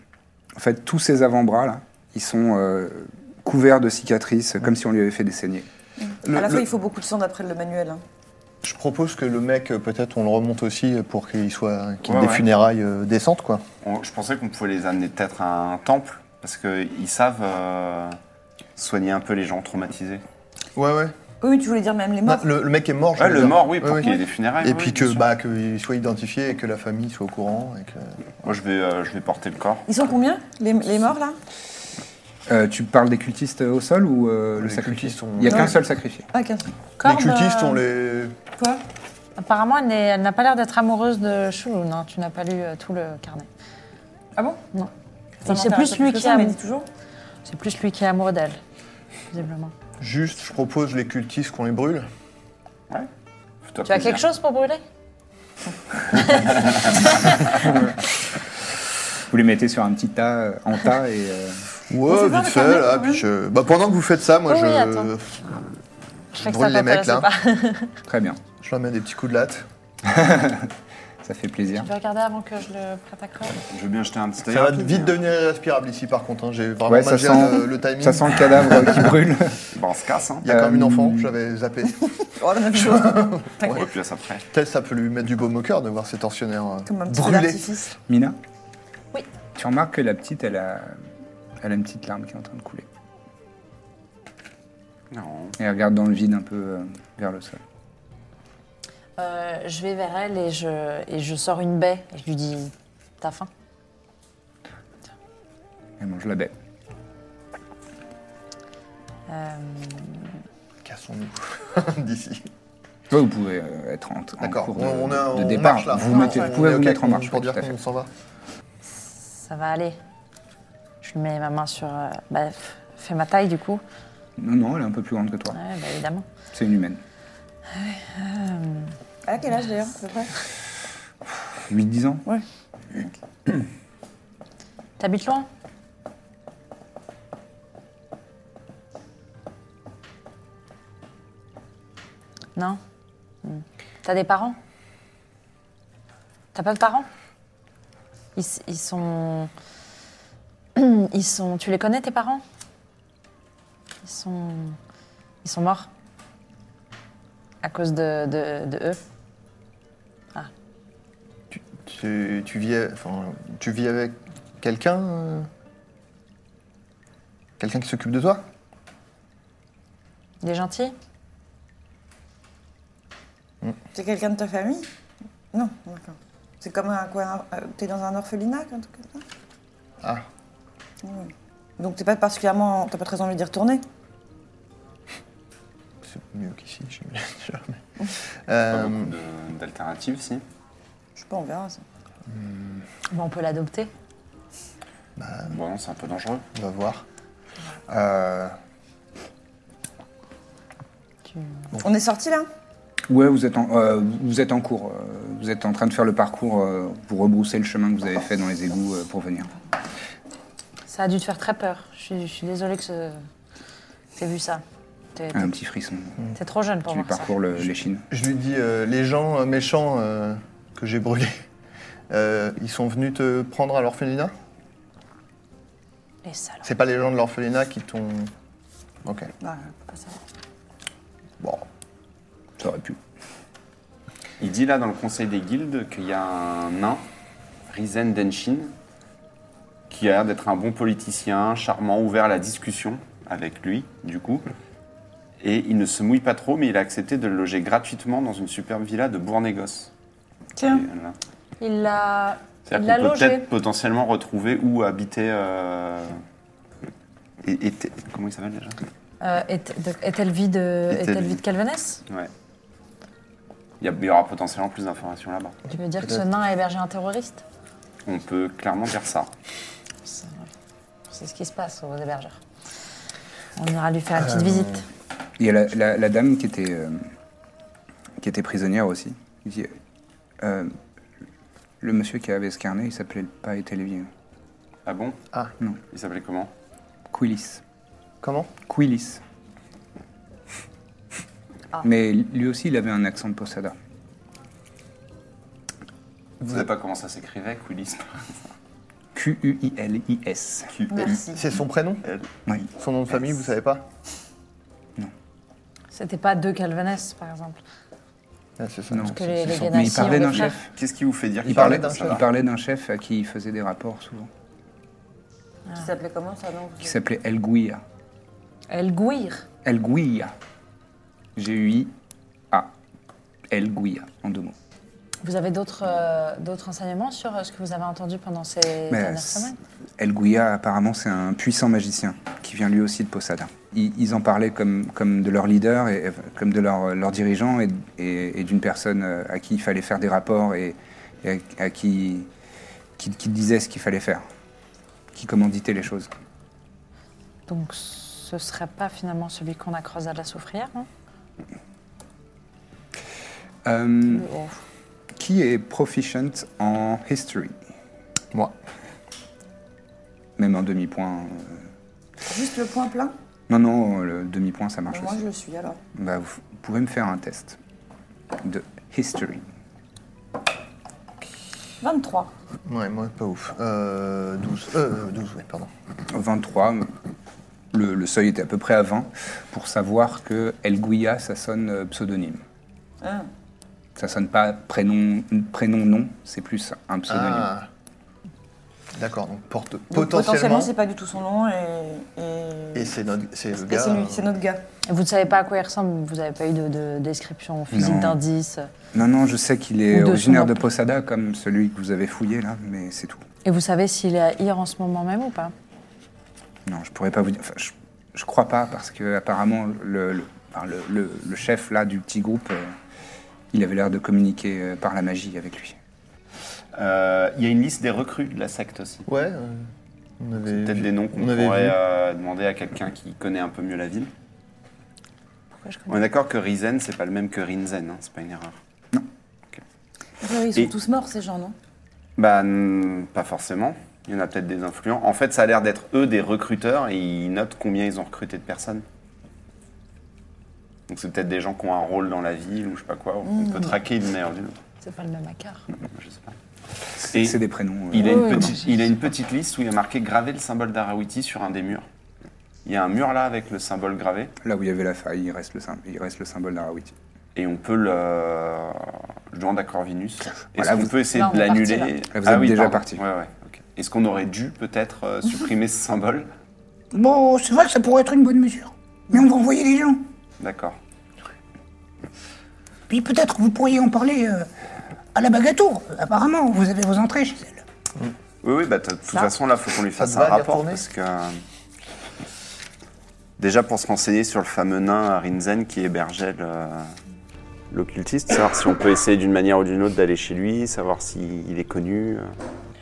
A: en fait, tous ses avant-bras là, ils sont euh, couverts de cicatrices, comme si on lui avait fait des saignées.
G: à la fois, il faut beaucoup de sang d'après le manuel. hein.
D: Je propose que le mec, euh, peut-être, on le remonte aussi pour qu'il soit qu'il ait
E: Ouais,
D: des
E: ouais.
D: funérailles euh, décentes, quoi.
E: On- je pensais qu'on pouvait les amener peut-être à un temple, parce qu'ils savent euh, soigner un peu les gens traumatisés.
D: Ouais, ouais.
G: Oui, oui, tu voulais dire même les morts.
D: Non, Bah, le, le mec est mort. je
E: Ouais,
D: veux
E: le
D: dire.
E: mort, oui, pour
D: Ouais,
E: qu'il y
D: ouais.
E: ait des funérailles.
D: Et
E: oui,
D: puis
E: bien
D: que
E: sûr.
D: bah qu'il soit identifié et que la famille soit au courant et que.
E: Moi, je vais, euh, je vais porter le corps.
G: Ils sont combien, les, les morts, là
A: Euh, tu parles des cultistes au sol ou euh, le
D: Ah, Les
A: sacrifié
D: cultistes sont-
A: Il n'y a
D: Non.
A: qu'un seul sacrifié.
G: Ah, quinze.
B: Corbe,
D: les cultistes,
B: euh,
D: on les.
G: Quoi
B: Apparemment, elle, n'est- elle n'a pas l'air d'être amoureuse de Chouloun. hein. Tu n'as pas lu euh, tout le carnet.
G: Ah bon
B: Non.
G: Ça
B: Et c'est
G: m'intéresse
B: plus lui
G: que
B: qui
G: ça,
B: a-
G: mais dit toujours.
B: C'est plus lui qui est amoureux d'elle, visiblement.
D: Juste, je propose les cultistes qu'on les brûle.
E: Toi,
B: Tu as
E: plaisir.
B: quelque chose pour brûler
A: Vous les mettez sur un petit tas, euh, en tas, et euh,
G: On fait
D: Ouais,
G: voir
D: vite fait,
G: le carnet,
D: là.
G: quand
D: Puis
G: même.
D: je... bah, pendant que vous faites ça, moi,
B: Oh
D: je.
B: oui, attends. Je sais que ça
D: brûle les mecs,
B: t'intéresse
D: là.
B: pas.
A: très bien.
D: Je leur mets des petits coups de latte.
A: Ça fait plaisir.
B: Tu veux regarder avant que je le prête à corps
E: Je veux bien jeter un petit œil
D: Ça va
E: rapide,
D: vite
E: mais-
D: devenir irrespirable ici, par contre. hein. J'ai vraiment
A: hein. Ouais,
D: mal
A: ça
D: géré
A: sent-
D: le, le timing.
A: Ça sent le cadavre qui brûle.
E: Bon, on se casse, hein.
D: Il y a quand même une
A: Euh,
D: enfant, j'avais zappé.
G: Oh, la même chose.
E: On replace après.
D: Peut-être ça peut lui mettre du baume au cœur de voir ses tortionnaires euh,
G: Comme un petit peu
D: brûlés.
G: d'artifice.
A: Mina
B: Oui.
A: Tu remarques que la petite, elle a, elle a une petite larme qui est en train de couler.
E: Non.
A: Et elle regarde dans le vide un peu euh, vers le sol.
B: Euh, Je vais vers elle et je, et je sors une baie. Et je lui dis T'as faim
A: Elle mange la baie.
B: Euh,
D: Cassons-nous d'ici.
A: Toi, vous pouvez euh, être en, en
D: D'accord,
A: cours de,
D: on, on a-
A: de
D: on
A: départ.
D: marche, là.
A: Vous,
D: On
A: mettez-
D: marche,
A: vous
D: on
A: pouvez
D: est
A: vous
D: ok
A: mettre en
D: pour-
A: marche.
D: Pour
A: ouais,
D: dire
A: tout à fait.
D: qu'on s'en va.
B: Ça va aller. Je lui mets ma main sur. euh, bah, f- fais ma taille, du coup.
A: Non, non, elle est un peu plus grande que toi.
B: Ouais, bah, évidemment.
A: C'est une humaine.
G: À Ah, quel âge, d'ailleurs, à peu près
A: 8-10 ans
B: T'habites loin Non Hmm. T'as des parents T'as pas de parents ils, s- ils sont. Ils sont. Tu les connais, tes parents Ils sont. Ils sont morts. À cause de, de, de eux.
D: Tu, tu vis, enfin, tu vis avec quelqu'un euh, Quelqu'un qui s'occupe de toi
B: Il est gentil
G: C'est quelqu'un de ta famille Non, d'accord. C'est comme un quoi euh, T'es dans un orphelinat, un truc comme ça
D: Ah,
G: Donc t'es pas particulièrement, t'as pas très envie d'y retourner.
D: c'est mieux qu'ici, j'imagine. déjà, mais-
E: Pas
D: Euh,
E: beaucoup de- d'alternatives, si.
G: Je sais pas, on verra ça.
B: Bon, On peut l'adopter.
E: Bon, non, c'est un peu dangereux.
D: on va voir. Euh,
G: On est sorti là
A: Ouais, vous êtes en, euh, vous êtes en cours. euh, vous êtes en train de faire le parcours euh, pour rebrousser le chemin que vous avez fait dans les égouts euh, pour venir.
B: Ça a dû te faire très peur. Je suis, je suis désolée que ce... t'aies vu ça. T'es
E: Ah
A: Un petit frisson.
B: t'es trop jeune pour
A: Tu
B: voir ça.
A: parcours le- l'échine.
D: je lui dis, euh, les gens euh, méchants euh, que j'ai brûlés, euh, ils sont venus te prendre à l'orphelinat
B: Les salauds.
D: C'est pas les gens de l'orphelinat qui t'ont... Ok, bon.
A: Ça aurait pu.
E: Il dit là dans le conseil des guildes qu'il y a un nain, Rizen Denshin, qui a l'air d'être un bon politicien, charmant, ouvert à la discussion avec lui, du coup. Et il ne se mouille pas trop, mais il a accepté de le loger gratuitement dans une superbe villa de Bourg-Négos.
B: Tiens.
E: Et là-
B: Il l'a. Il
E: C'est-à-dire
B: l'a
E: qu'on peut
B: logé.
E: peut-être potentiellement retrouver où habiter. euh, et- et- comment il s'appelle déjà
B: Euh, est- de- Est-elle vie de.
E: Est-elle
B: Est-elle vie
E: vie.
B: de Calvenès
E: Ouais. Il y, a- il y aura potentiellement plus d'informations là-bas.
B: Tu veux dire que ce
D: Peut-être.
B: nain a hébergé un terroriste
E: On peut clairement faire ça.
B: C'est c'est ce qui se passe aux hébergeurs. On ira lui faire une
E: Ah
B: petite visite.
A: Il y a la, la- la dame qui était, euh, qui était prisonnière aussi. Il dit, euh, le monsieur qui avait escarné, il s'appelait pas Etelevi. hein.
E: Ah bon
D: Ah.
A: Non.
E: Il s'appelait comment
A: Quilis.
D: Comment
A: Quilis.
B: Ah.
A: Mais lui aussi, il avait un accent de Posada.
E: Vous savez pas comment ça s'écrivait, Quilis
A: Q-U-I-L-I-S.
D: C'est son prénom
A: Oui.
D: Son nom de famille, vous savez pas
B: C'était pas de Calvenès, par exemple.
D: Ah, C'est ça.
A: Non,
B: que
A: c'est-
B: les-
A: c'est
B: les
A: son- Mais
B: Ganassi
A: il parlait
B: ont des
A: d'un
B: frères.
A: chef.
E: Qu'est-ce qui vous fait dire
A: Il
E: qu'il
A: parlait,
E: parlait
A: il parlait d'un chef à qui il faisait des rapports souvent,
G: Qui s'appelait comment ça non
A: qui s'appelait El Guia.
B: El Gouir.
A: El Guia. G-U-I-A. El Guia, en deux mots.
B: Vous avez d'autres euh, d'autres enseignements sur euh, ce que vous avez entendu pendant ces
A: Mais
B: dernières semaines
A: El Guia, apparemment, c'est un puissant magicien qui vient lui aussi de Posada. Ils, ils en parlaient comme, comme de leur leader, et, et comme de leur, leur dirigeant et, et- et d'une personne euh, à qui il fallait faire des rapports et, et à, à qui, qui, qui disait ce qu'il fallait faire, qui commanditait les choses.
B: Donc ce serait pas finalement celui qu'on a croisé à la soufrière, hein
A: Euh,
B: Oh.
A: qui est proficient en history
D: Moi.
A: Même un demi-point. euh,
G: Juste le point plein
A: Non, non, le demi-point, ça marche
G: Moi
A: aussi.
G: je le suis alors.
A: Bah, vous f- vous pouvez me faire un test de history.
G: 23.
D: Ouais, moi, pas ouf. Euh, 12. Euh, 12, oui, pardon.
A: 23, le, le seuil était à peu près à 20, pour savoir que El Guia, ça sonne euh, pseudonyme.
B: Ah.
A: Ça sonne pas prénom, prénom nom, c'est plus un pseudonyme.
D: Ah. D'accord, donc porte-
G: Donc,
D: potentiellement.
G: c'est pas du tout son nom et. Et,
D: et c'est notre, c'est le
G: et
D: gars.
G: c'est lui,
D: euh,
G: c'est notre gars.
B: Et Vous ne savez pas à quoi il ressemble, vous n'avez pas eu de, de description
A: Non.
B: physique d'indice.
A: Non, non, je sais qu'il est
B: Ou de son
A: originaire de
B: nom.
A: Posada, comme celui que vous avez fouillé là, mais c'est tout.
B: Et vous savez s'il est à IR en ce moment même ou pas
A: Non, je pourrais pas vous dire. Enfin, je, je crois pas, parce que apparemment, le, le, enfin, le- le- le chef là du petit groupe, euh, il avait l'air de communiquer euh, par la magie avec lui.
E: Euh, Il y a une liste des recrues de la secte aussi.
D: Ouais. euh, on avait
E: C'est peut-être
D: vu-
E: des noms qu'on
D: on avait
E: pourrait
D: vu.
E: euh, demander à quelqu'un qui connaît un peu mieux la ville.
B: Pourquoi je
E: On
B: connais
E: est d'accord que Rizen, c'est pas le même que Rinzen, hein, c'est pas une erreur.
G: Ah Ils
E: sont Et-
G: tous morts ces gens, non
E: Bah, hmm, pas forcément. Il y en a peut-être des influents. En fait, ça a l'air d'être eux des recruteurs et ils notent combien ils ont recruté de personnes. Donc, c'est peut-être des gens qui ont un rôle dans la ville ou je sais pas quoi. On
B: Mmh.
E: peut traquer d'une manière ou d'une autre.
B: C'est pas le même acard.
E: Je sais pas. Et-
A: C'est des prénoms. euh,
E: Il a, une
B: Oui, oui.
E: petite, il a une petite liste où il y a marqué graver le symbole d'Arawiti sur un des murs. Il y a un mur là avec le symbole gravé
A: Là où il y avait la faille, il reste le, sym- il reste le symbole d'Arawiti.
E: et on peut le. Je demande à Corvinus. Est-ce
A: Voilà,
E: qu'on
A: vous-
E: peut essayer
B: Là, on
E: de
B: est parti,
E: l'annuler Ah
A: Là, vous êtes déjà
E: pardon.
A: parti.
E: Ouais, ouais, ok. Est-ce qu'on aurait dû peut-être euh, supprimer ce symbole
H: Bon, c'est vrai que ça pourrait être une bonne mesure. Mais on va envoyer des gens.
E: D'accord.
H: Puis peut-être que vous pourriez en parler euh, à la bagatour. Apparemment, vous avez vos entrées chez elle.
E: Oui, oui, bah, t- de toute façon, là, faut qu'on lui
D: Ça te
E: fasse
D: va
E: un
D: d'y
E: rapport
D: retourner
E: parce que. Déjà pour se renseigner sur le fameux nain à Rinzen qui hébergeait le- l'occultiste, savoir si on peut essayer d'une manière ou d'une autre d'aller chez lui, savoir s'il est connu. euh.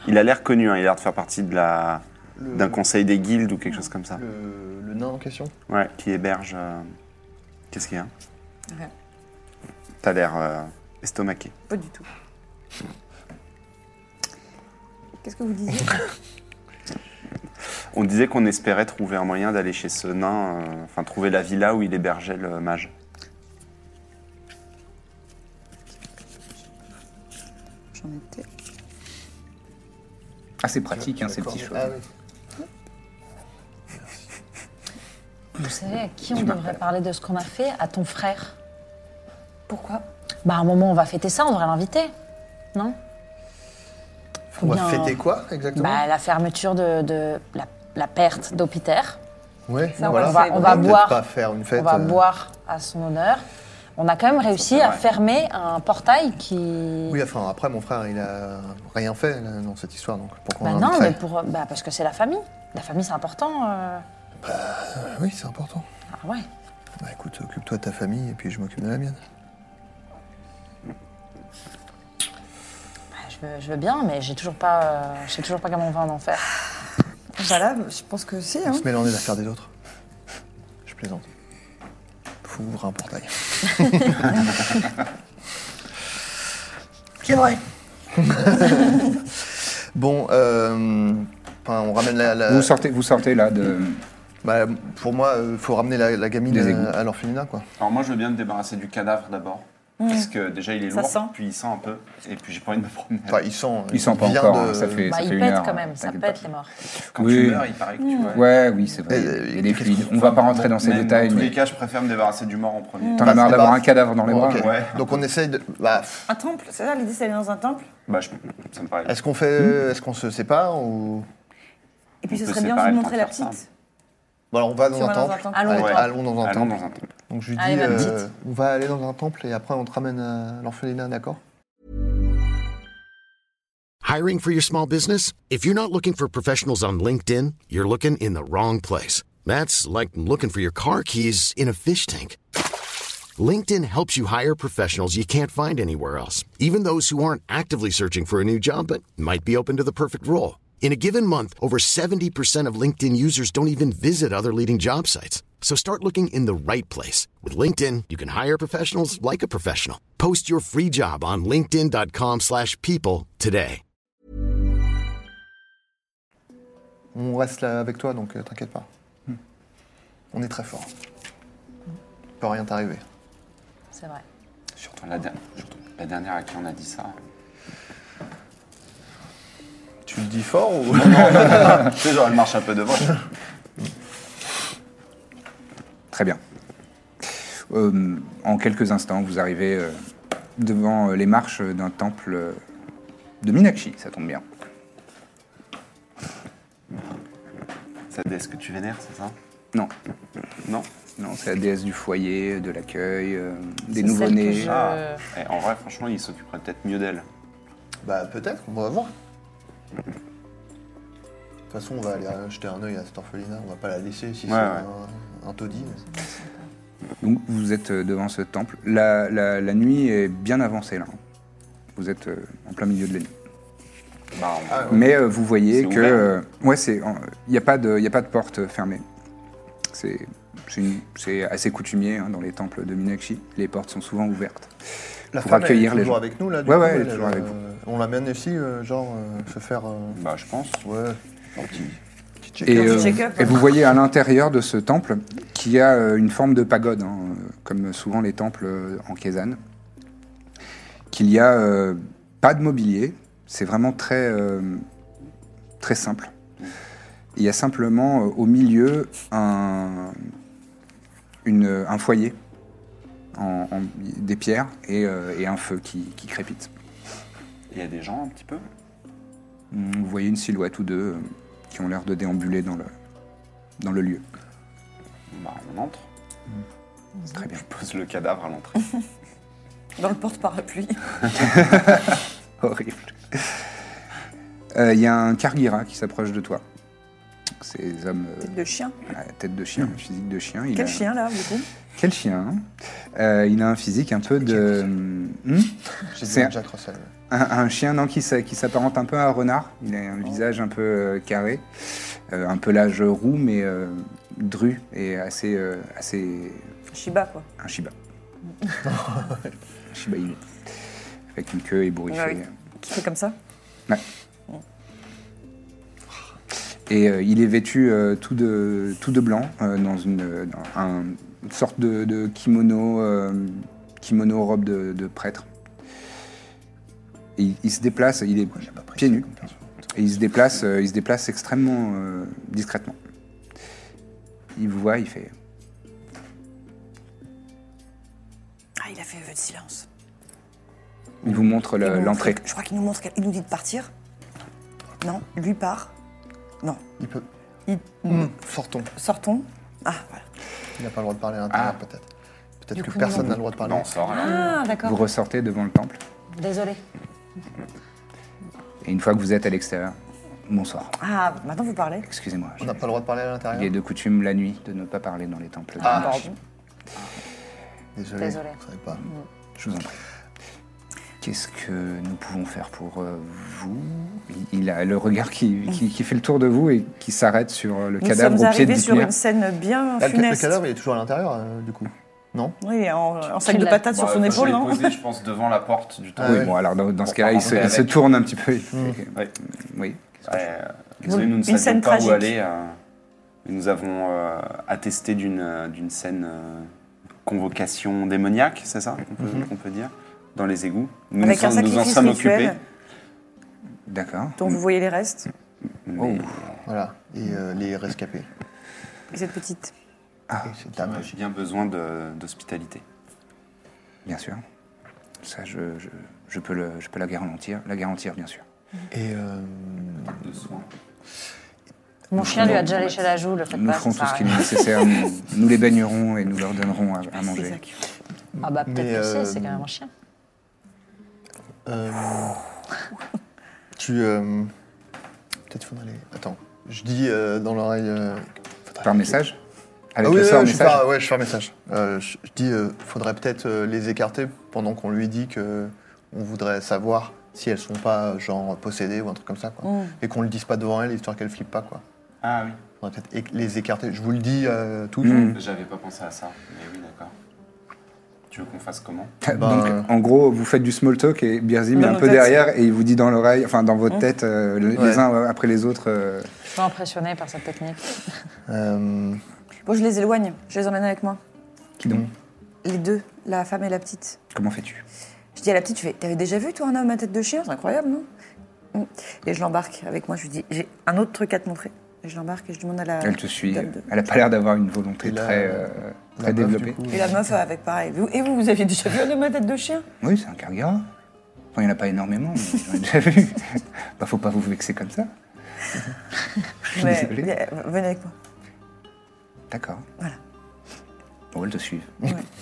E: Il a l'air connu, hein, il a l'air de faire partie de la
D: Le-
E: d'un conseil des guildes ou quelque chose comme ça.
D: Le, le nain en question
E: Ouais, qui héberge. euh, Qu'est-ce qu'il y a
G: Rien.
E: T'as l'air euh, estomaqué.
G: Pas du tout. Qu'est-ce que vous disiez
E: On disait qu'on espérait trouver un moyen d'aller chez ce nain, euh, enfin trouver la villa où il hébergeait le mage.
G: J'en étais.
A: Ah, c'est pratique, hein, ces
D: D'accord.
A: petits choses.
D: Ah oui.
B: Vous savez à qui on devrait parler de ce qu'on a fait À ton frère.
G: Pourquoi
B: Bah, à un moment, on va fêter ça, on devrait l'inviter. Non Faut
D: On va
B: bien-
D: fêter quoi exactement
B: Bah, la fermeture de, de- la, la perte d'Hôpiter.
D: Ouais,
G: Ça, on
D: voilà.
G: va le faire. On va
D: peut-être
B: boire.
D: pas faire une fête.
B: on va
D: euh,
B: boire à son honneur. On a quand même réussi à
E: vrai.
B: fermer un portail qui.
D: Oui, enfin, après, mon frère, il a rien fait là, dans cette histoire, donc pourquoi
B: bah
D: on
B: non,
D: l'inviterait
B: mais pour, bah parce que c'est la famille. La famille, c'est important. euh.
D: Ah Oui, c'est important.
B: Ah ouais.
D: Bah écoute, occupe-toi de ta famille et puis je m'occupe de la mienne.
B: Bah, je, veux, je veux bien, mais j'ai toujours pas, euh, je sais toujours pas comment on va en enfer.
G: Voilà, Bah je pense que si.
D: On
G: Hein.
D: se mêle dans les affaires des autres. Je plaisante. Faut ouvrir un portail.
H: C'est vrai.
D: Bon, euh, enfin, on ramène la. la-
A: Vous, sortez, vous sortez là de.
D: Bah, pour moi, il faut ramener la, la gamine
A: Des
D: euh,
A: égouts.
D: à l'orphelinat, quoi.
E: Alors moi, je veux bien me débarrasser du cadavre d'abord. Parce que déjà, il est
G: Mmh. Ça
E: lourd,
G: sent.
E: puis il sent un peu. Et puis, j'ai pas envie de me promener.
D: Enfin, il sent.
A: Ils sont pas
D: vient
A: encore,
D: de-
A: hein, ça fait,
B: Bah,
A: ça
B: il
A: fait une
B: pète
A: heure,
B: quand
A: hein,
B: même, ça
A: t'inquiète
B: pète
A: pas.
B: les morts.
E: Quand
A: Oui.
E: tu meurs, il paraît que
G: Mmh.
E: tu vois.
A: Ouais, oui, c'est vrai.
D: Euh,
A: Il y a des
D: qu'est-ce
A: fluides.
D: qu'on
A: On va
D: fait
A: pas rentrer dans ces
E: Mais
A: détails,
E: dans tous les
A: mais
E: cas, je préfère me débarrasser du mort en premier.
G: Mmh.
A: t'en as marre
D: Bah,
A: d'avoir
D: c'est
A: un cadavre dans les
D: Bon,
A: bras.
D: ok.
E: ouais.
D: Donc on essaye de. bah, pff,
G: Un temple, c'est ça l'idée, c'est aller dans un temple.
E: Bah, je- ça me paraît.
D: est-ce qu'on fait.
A: Hmm.
D: Est-ce qu'on se sépare ou.
G: Et puis
E: On
G: ce
E: peut
G: serait bien
E: séparer le
G: de montrer
E: temps
G: la
E: de faire
G: petite.
E: ça.
D: Bon, bah, alors on va dans
G: Si on
D: un
G: va dans
D: temple.
G: un temple.
B: Allons au
D: Allez,
B: temple.
D: allons dans un
E: Allons
D: temple.
E: dans un temple.
D: Donc je lui dis,
B: Allez, ma
D: euh,
B: petite.
D: on va aller dans un temple et après on te ramène à l'orphelinat, d'accord
F: Hiring for your small business? If you're not looking for professionals on LinkedIn, you're looking in the wrong place. That's like looking for your car keys in a fish tank. LinkedIn helps you hire professionals you can't find anywhere else, even those who aren't actively searching for a new job but might be open to the perfect role. In a given month, over 70% of LinkedIn users don't even visit other leading job sites. So start looking in the right place. With LinkedIn, you can hire professionals like a professional. Post your free job on linkedin.com/people slash people today.
D: On reste là avec toi, donc euh, t'inquiète pas. On est très fort. Peut rien t'arriver.
B: C'est vrai.
E: Surtout la, der- surtout la dernière à qui on a dit ça.
D: Tu le dis fort ou
E: tu sais, genre, elle marche un peu devant.
A: Très bien. Euh, en quelques instants, vous arrivez euh, devant euh, les marches d'un temple euh, de Minakshi, ça tombe bien.
E: Ça est-ce que tu vénères, c'est ça
A: Non,
E: Non
A: non, c'est la déesse du foyer, de l'accueil, euh, des
B: C'est celle que
A: nouveau-nés.
B: je-
E: Ah. Eh, en vrai, franchement, il s'occuperait peut-être mieux d'elle.
D: Bah peut-être, on va voir. De toute façon, on va aller euh, jeter un œil à cette orphelinat, on va pas la laisser si c'est
E: Ouais, ouais.
D: un, un taudis.
A: Donc vous êtes euh, devant ce temple. La, la- la nuit est bien avancée là. Vous êtes euh, en plein milieu de la nuit.
E: Bah, on-
D: Ah
A: Mais euh, vous voyez
E: C'est
A: que.
E: ouvert.
A: euh, ouais, c'est. Il n'y a, pas de- y a pas de porte euh, fermée. C'est. c'est une- C'est assez coutumier hein, dans les temples de Minakshi. Les portes sont souvent ouvertes.
D: La
A: Pour
D: femme, elle est
A: accueillir les
D: toujours
A: gens.
D: avec nous là du
A: Ouais,
D: coup,
A: ouais, elle est toujours avec
D: euh, On l'amène ici, euh, genre euh, se faire. euh,
E: bah, je pense.
D: ouais.
A: Et,
G: Un petit
A: euh,
G: check-up,
A: et
G: hein.
A: vous voyez à l'intérieur de ce temple qu'il y a euh, une forme de pagode, hein, euh, comme souvent les temples euh, en Kézanne, qu'il y a euh, pas de mobilier, c'est vraiment très, euh, très simple. Il y a simplement euh, au milieu un, une, euh, un foyer, en, en- des pierres et, euh, et un feu qui, qui crépite.
E: Il y a des gens un petit peu.
A: Vous voyez une silhouette ou deux euh, qui ont l'air de déambuler dans le, dans le lieu.
E: Bah, on entre.
D: Mm.
E: Très bien. Je pose le cadavre à l'entrée.
G: Dans le porte-parapluie.
A: Horrible. Euh, Il y a un Kargira qui s'approche de toi. Ces hommes euh,
G: Tête de chien.
A: à la tête de chien, un physique de chien. il
G: Quel
A: a-
G: chien, là, du coup
A: Quel chien hein Euh, Il a un physique un peu de. Hmm
D: J'ai
A: C'est-
D: dit Jack Russell.
A: un, un chien non, qui s'a- qui s'apparente un peu à un renard. Il a un visage un peu euh, carré, euh, un pelage roux, mais euh, dru et assez, euh, assez
G: Shiba, quoi.
A: un Shiba. un Shiba Inu. Avec une queue ébouriffée.
G: Ah oui. Qui fait comme ça
A: Ouais. Et euh, il est vêtu euh, tout, de, tout de blanc, euh, dans, une, euh, dans un- une sorte de, de kimono, euh, kimono robe de, de prêtre. Et il, il se déplace, il est pieds nus, et il se déplace, euh, il se déplace extrêmement euh, discrètement. Il vous voit, il fait
G: Ah, il a fait vœu de silence.
A: Il vous montre
G: Il
A: le-
G: nous
A: l'entrée.
G: montre- Je crois qu'il nous montre, qu'il- il nous dit de partir. Non, lui part. Non,
D: Il peut.
G: il-
D: Hmm, Sortons.
G: sortons. Ah, voilà.
D: Il n'a pas le droit de parler à l'intérieur, peut-être. Peut-être que personne n'a le droit de parler.
E: Non, on sort Bah, alors.
B: Ah,
A: Vous
B: d'accord.
A: ressortez devant le temple,
B: Désolé.
A: et une fois que vous êtes à l'extérieur, bonsoir.
G: Ah, maintenant vous parlez.
A: Excusez-moi. je-
D: On n'a pas le droit de parler à
A: Il est
D: l'intérieur.
A: de coutume la nuit de ne pas parler dans les temples. de
D: Ah,
A: Marche.
D: Désolé.
B: Désolé.
D: Je savais pas.
A: Je vous en prie. Qu'est-ce que nous pouvons faire pour euh, vous Il- Il a le regard qui, qui- qui fait le tour de vous et qui s'arrête sur le
G: Nous
A: cadavre
G: sommes
A: au pied de
G: arrivés sur
A: Dithmir.
G: une scène bien
D: Ah, le, ca- le
G: funeste.
D: cadavre, il est toujours à l'intérieur, euh, du coup. Non
G: Oui, il est en, en sac
B: Tu
G: de
B: l'as-
G: patates sur
E: Bon,
G: son
E: euh,
G: épaule, hein,
E: Je l'ai
G: non
E: posé, je pense, devant la porte du temple.
A: Oui,
D: ouais.
A: bon, alors dans, dans ce
E: On
A: cas-là, il,
E: part
A: se,
E: avec.
A: il se tourne un petit peu.
E: Ouais.
A: Oui.
E: Ouais, euh, désolé, nous ne
G: Une scène
E: savions pas où
G: tragique.
E: aller. euh, mais nous avons euh, attesté d'une euh, d'une scène euh, convocation démoniaque, c'est ça qu'on peut, qu'on peut dire Dans les égouts. Nous
G: Mhm. Avec
E: nous,
G: un
E: en- nous en
G: sacrifice
E: sommes
G: rituel
E: occupés.
A: D'accord.
G: dont vous voyez les restes.
E: mais-
D: Voilà. Et euh, les rescapés.
G: Et cette petite.
D: Et cette
E: Ah,
D: dame.
E: J'ai bien besoin de- d'hospitalité.
A: Bien sûr. Ça, je, je- je peux, le, je peux la garantir. La garantir, bien sûr.
D: Et euh,
E: De soins.
B: Mon chien lui a déjà léché la joue, le fait
A: Nous
B: pas,
A: ferons
B: ça
A: tout ce
B: sert
A: qui
B: à
A: nous est
B: rien.
A: nécessaire. Nous, nous les baignerons et nous leur donnerons à, à manger.
B: Ah bah
D: Mais,
B: peut-être que
D: euh,
B: si, c'est quand même un chien.
D: euh, tu. euh, Peut-être faudrait aller. Attends. Je dis euh, dans l'oreille. euh, faudrait
A: Par
D: aller-
A: message Avec
D: Ah oui,
A: le
D: oui,
A: sort
D: oui, je
A: message
D: pars- ouais, je fais un message. Euh, je, je dis, euh, faudrait peut-être euh, les écarter pendant qu'on lui dit que on voudrait savoir si elles sont pas genre possédées ou un truc comme ça, quoi. Et qu'on le dise pas devant elles, histoire qu'elles flippent pas, quoi.
E: Ah oui,
D: Faudrait peut-être éc- les écarter. Je vous le dis euh, tous.
A: Mm.
E: j'avais pas pensé à ça. Mais oui, d'accord. Tu veux qu'on fasse comment
D: Bah, euh,
A: Donc, en gros, vous faites du small talk et Birzim est
G: Dans
A: un
G: nos
A: peu
G: têtes. Hein
A: derrière et il vous dit dans l'oreille, enfin dans votre tête, euh, le- les
D: Ouais.
A: uns après les autres. euh,
B: Je suis impressionnée par cette technique.
D: Euh,
G: Bon, je les éloigne. Je les emmène avec moi.
A: qui
D: Mm.
A: donc
G: Les deux, la femme et la petite.
A: Comment fais-tu
G: Je dis à la petite, je fais, t'avais déjà vu toi un homme à tête de chien C'est incroyable, non Mm. Et je l'embarque avec moi. Je lui dis, j'ai un autre truc à te montrer. Et je l'embarque et je demande à la.
A: Elle te suit.
G: dame Ah, de-
A: Elle a pas l'air d'avoir une volonté
D: Et la-
A: très, euh,
D: la
A: très
D: meuf,
A: développée.
D: du coup,
G: Et la meuf euh, avec pareil. Vous- Et vous, vous aviez déjà vu un homme à tête de chien
A: Oui, c'est un Kargara. Enfin, il n'y en a pas énormément, mais j'en ai déjà vu. bah, faut pas vous vexer comme ça. Je suis
G: Mais,
A: désolé.
G: mais, euh, Venez avec moi.
A: D'accord.
G: Voilà.
A: Bon, elles te suivent.
G: Ouais.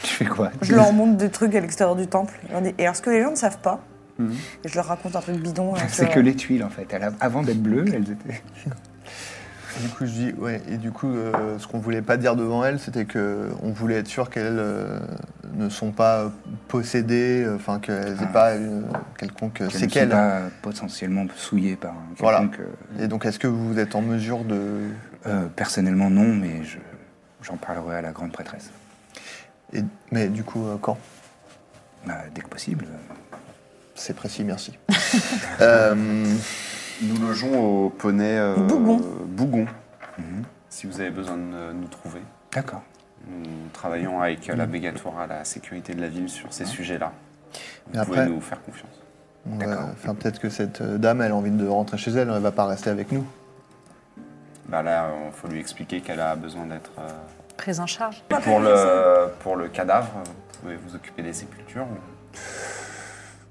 A: Tu fais quoi
G: Je leur montre des trucs à l'extérieur du temple. Et, on dit- et alors, ce que les gens ne savent pas, et je leur raconte un truc bidon. hein, tu
A: Mhm. C'est
G: vois.
A: que les tuiles, en fait. Elle a- Avant d'être bleues, elles étaient...
D: euh, Du coup, je dis, ouais, et du coup, euh, ce qu'on voulait pas dire devant elles, c'était que on voulait être sûr qu'elles euh, ne sont pas euh, possédées, euh, enfin qu'elles aient pas euh, quelconque
A: Elles Ah. ne sont
D: séquelle.
A: pas potentiellement souillées par un
D: Voilà.
A: quelconque, euh,
D: Et donc, est-ce que vous êtes en mesure de.
A: Euh, personnellement, non, mais je- j'en parlerai à la grande prêtresse.
D: et- Mais du coup, euh, quand
A: Bah, dès que possible.
D: C'est précis, merci. Euh,
E: Nous logeons au poney euh,
G: Bougon.
E: Bougon. Mhm. Si vous avez besoin de nous trouver,
A: D'accord.
E: nous travaillons avec euh,
G: Mhm.
E: la Bégatoire à la sécurité de la ville sur ces sujets-là. Vous
D: Mais
E: pouvez
D: après-
E: nous faire confiance.
D: on va-
A: D'accord.
D: Enfin, peut-être que cette euh, dame, elle a envie de rentrer chez elle, elle va pas rester avec nous.
E: Bah là, il faut lui expliquer qu'elle a besoin d'être. euh,
B: Prise en charge.
E: Et pour le, pour le cadavre, vous pouvez vous occuper des sépultures.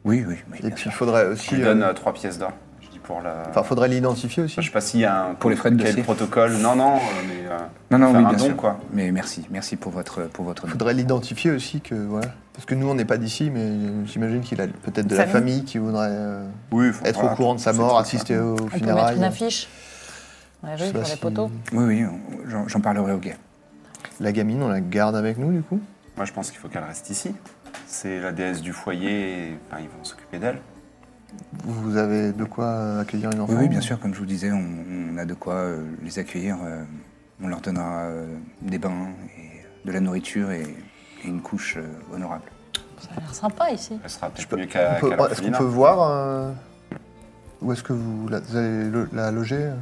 A: Oui, oui, oui.
D: Et
A: bien
D: puis,
A: sûr.
D: il faudrait
E: Je
D: aussi.
E: lui donne
D: euh,
E: euh, trois pièces d'or. Je dis pour la.
D: Enfin, faudrait l'identifier aussi.
E: Je sais pas s'il y a un
A: Pour les frais de
E: quel
A: dossier.
E: protocole. Non, non, euh, mais euh,
A: Non, non,
E: faire
A: oui,
E: un
A: bien
E: don,
A: sûr.
E: quoi.
A: Mais merci, merci pour votre, pour votre don.
D: Faudrait l'identifier aussi que voilà. Parce que nous on n'est pas d'ici, mais euh, j'imagine qu'il a peut-être de la
G: Famille.
D: famille qui voudrait euh,
E: Oui, faut-
D: être
E: voilà,
D: au courant de sa
E: c'est
D: mort,
E: tout,
D: assister
E: quoi.
D: au
B: On peut mettre
D: funérailles.
B: une affiche. On
D: Je sais
B: pour
D: pas
B: les
D: si-
B: poteaux.
A: Oui, oui, on- j'en- j'en parlerai au gay.
D: La gamine, on la garde avec nous du coup.
E: Moi, je pense qu'il faut qu'elle reste ici. C'est la déesse du foyer, et, enfin, ils vont s'occuper d'elle.
D: Vous avez de quoi accueillir une enfant
A: Oui, oui, bien sûr, comme je vous disais, on, on a de quoi euh, les accueillir. euh, on leur donnera euh, des bains, et de la nourriture et, et une couche euh, honorable.
B: Ça a l'air sympa ici.
E: Elle sera peut-être
D: peux-
E: mieux
D: On
E: qu'à
D: peut-
E: qu'à la
D: Est-ce qu'on
E: Felina.
D: peut voir euh, où est-ce que vous, la, vous allez le- la loger euh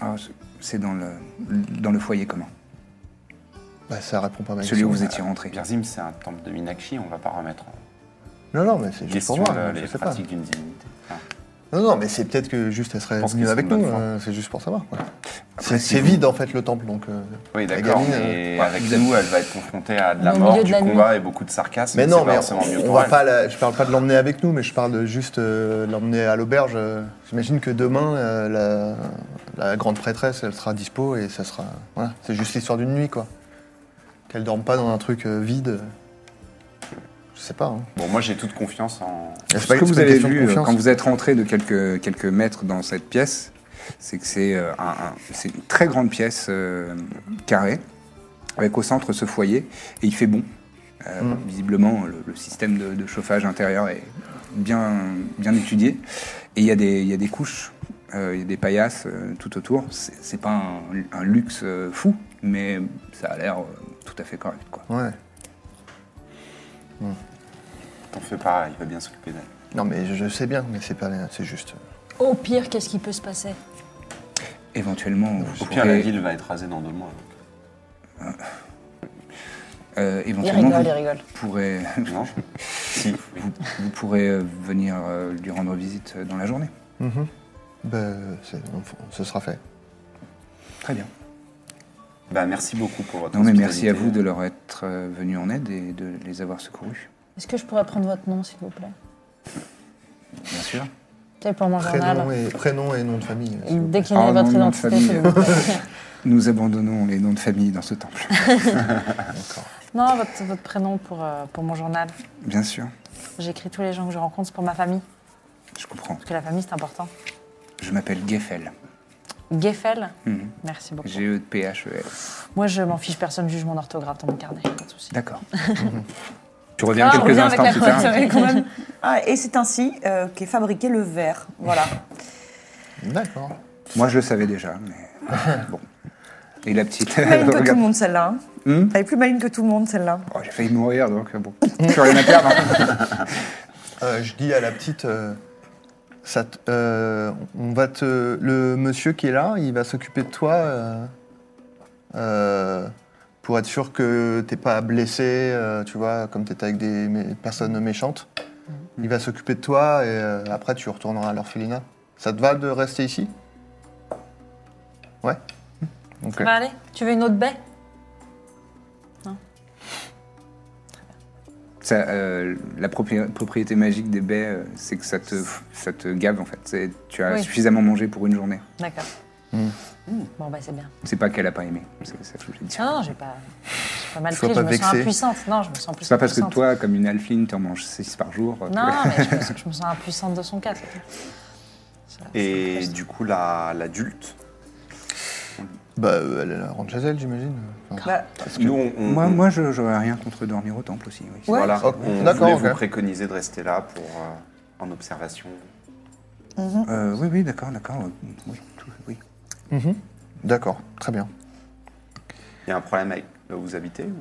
A: Ah, c'est- c'est dans le, dans le foyer commun,
D: Bah ça répond pas à ma
A: celui où
D: question.
A: vous étiez rentré.
E: Birzim, c'est un temple de Minakshi, on va pas remettre en
D: Non, non, mais c'est juste pour
E: question
D: moi.
E: euh,
D: je
E: les
D: sais pas.
E: pratiques d'une divinité. Enfin,
D: Non, non, mais c'est peut-être que juste elle serait
E: pense
D: venue
E: qu'ils
D: avec
E: sont de
D: nous.
E: bonne foi.
D: euh, c'est juste pour savoir. quoi.
A: Après,
D: C'est
A: si
D: c'est
A: vous-
D: vide en fait le temple, donc. euh,
E: oui,
D: la
E: d'accord,
D: gamine, euh,
E: mais avec nous, elle va être confrontée à de la
B: On est au
E: mort,
B: milieu de
E: du
B: la nuit.
E: combat et beaucoup de sarcasme.
D: Mais non,
E: c'est pas
D: mais
E: forcément mieux
D: on, on
E: pour
D: va
E: elle.
D: pas. la- je parle pas de l'emmener avec nous, mais je parle de juste euh, l'emmener à l'auberge. euh. J'imagine que demain, euh, la, la grande prêtresse, elle sera dispo et ça sera. Voilà, c'est juste l'histoire d'une nuit, quoi. Qu'elle dorme pas dans un truc euh, vide. euh. Je sais pas. hein.
E: Bon, moi, j'ai toute confiance en.
D: C'est
A: Ce
D: pas-
A: que
D: c'est
A: vous
D: pas une
A: avez
D: question de
A: vu euh,
D: confiance.
A: quand vous êtes rentré de quelques, quelques mètres dans cette pièce, c'est que c'est euh, un- un- c'est une très grande pièce euh, carrée, avec au centre ce foyer, et il fait bon. Euh,
D: Mm.
A: Visiblement, le, le système de, de chauffage intérieur est bien, bien étudié. Et il y, a des- il y a des couches, euh, il y a des paillasses euh, tout autour. C'est c'est pas un, un luxe euh, fou, mais ça a l'air euh, tout à fait correct. Quoi.
D: Ouais.
E: T'en fais pas, il va bien s'occuper d'elle.
D: Non, mais je, je sais bien, mais c'est pas. C'est juste. euh,
B: Au pire, qu'est-ce qui peut se passer
A: Éventuellement, vous
E: Au pire, la
A: pourrez-
E: ville va être rasée dans deux mois.
A: euh,
B: Il
A: éventuellement,
B: rigole, il
A: vous
B: rigole.
A: pourrez-
E: Non Si. oui.
A: Vous, vous pourrez euh, venir euh, lui rendre visite euh, dans la journée.
D: Mhm. Ben, c'est- on- ce sera fait.
A: Très bien.
E: Bah, merci beaucoup pour votre
A: Non mais merci à vous de
E: hospitalité.
A: leur être euh, venu en aide et de les avoir secourus.
B: Est-ce que je pourrais prendre votre nom, s'il vous plaît
A: Bien sûr.
B: C'est pour mon
D: Prénom
B: journal.
D: et, prénom et nom de famille.
B: Et Dès qu'il y a
A: Ah,
B: votre
A: non, nom de
B: identité,
A: famille.
B: s'il vous plaît.
A: Nous abandonnons les noms de famille dans ce temple.
B: Non, votre, votre prénom pour, euh, pour mon journal.
A: Bien sûr.
B: J'écris tous les gens que je rencontre c'est pour ma famille.
A: Je comprends.
B: Parce que la famille, c'est important.
A: Je m'appelle Geffel.
B: Geffel,
A: Mhm.
B: merci beaucoup.
A: G E P H E L.
B: Moi, je m'en fiche, personne juge mon orthographe dans mon carnet, pas de souci.
A: D'accord. tu reviens
B: Ah, on
A: quelques
B: revient avec
A: instants
B: la
A: plus tard.
B: pointe.
G: quand même. Ah, et c'est ainsi euh, qu'est fabriqué le verre. Voilà.
D: D'accord.
A: Moi je le savais déjà, mais bon. Et la petite.
G: Maligne que tout
A: regarde.
G: le monde, celle-là. hein.
A: Hmm
G: Elle est plus maligne que tout le monde, celle-là.
A: Oh, J'ai failli mourir donc euh, bon. Plus rien à perdre. hein.
D: Euh, je dis à la petite, euh, ça t- euh, on va te, le monsieur qui est là, il va s'occuper de toi euh, euh, pour être sûr que t'es pas blessé, euh, tu vois, comme t'étais avec des mé- personnes méchantes. Il va s'occuper de toi et euh, après tu retourneras à l'orphelinat. Ça te va de rester ici Ouais. Ok.
B: Bah, allez, tu veux une autre baie
A: Ça, euh, la propri- propriété magique des baies, euh, c'est que ça te, ça te gave en fait. C'est- Tu as
B: Oui.
A: suffisamment mangé pour une journée.
B: D'accord. Bon, bah, c'est bien.
A: C'est pas qu'elle a pas aimé. C'est ça que je voulais dire.
B: Ah non, j'ai pas, j'ai pas mal
D: Sois
B: pris,
D: pas
B: je me sens
D: vexée.
B: impuissante. Non, je me sens plus
A: C'est pas parce que
B: impuissante.
A: toi, comme une alphine, t'en manges 6 par jour. euh, que-
B: Non, mais je me, sens, je me sens impuissante de son cas. c'est tout. Ça-
E: Et
B: ça me
E: du coup, la- l'adulte,
D: Bah, euh, elle elle rentre chez elle, j'imagine. Enfin,
G: Bah,
E: nous, on, on-
A: Moi, moi je- j'aurais rien contre dormir au temple aussi. Oui.
E: voilà,
D: Ok,
E: on
D: d'accord,
E: voulait
D: ok.
E: vous préconiser de rester là pour euh, en observation.
A: Euh, oui, oui, d'accord, d'accord. euh, Oui, tout- oui.
D: D'accord, très bien.
E: Il y a un problème avec là où vous habitez ou-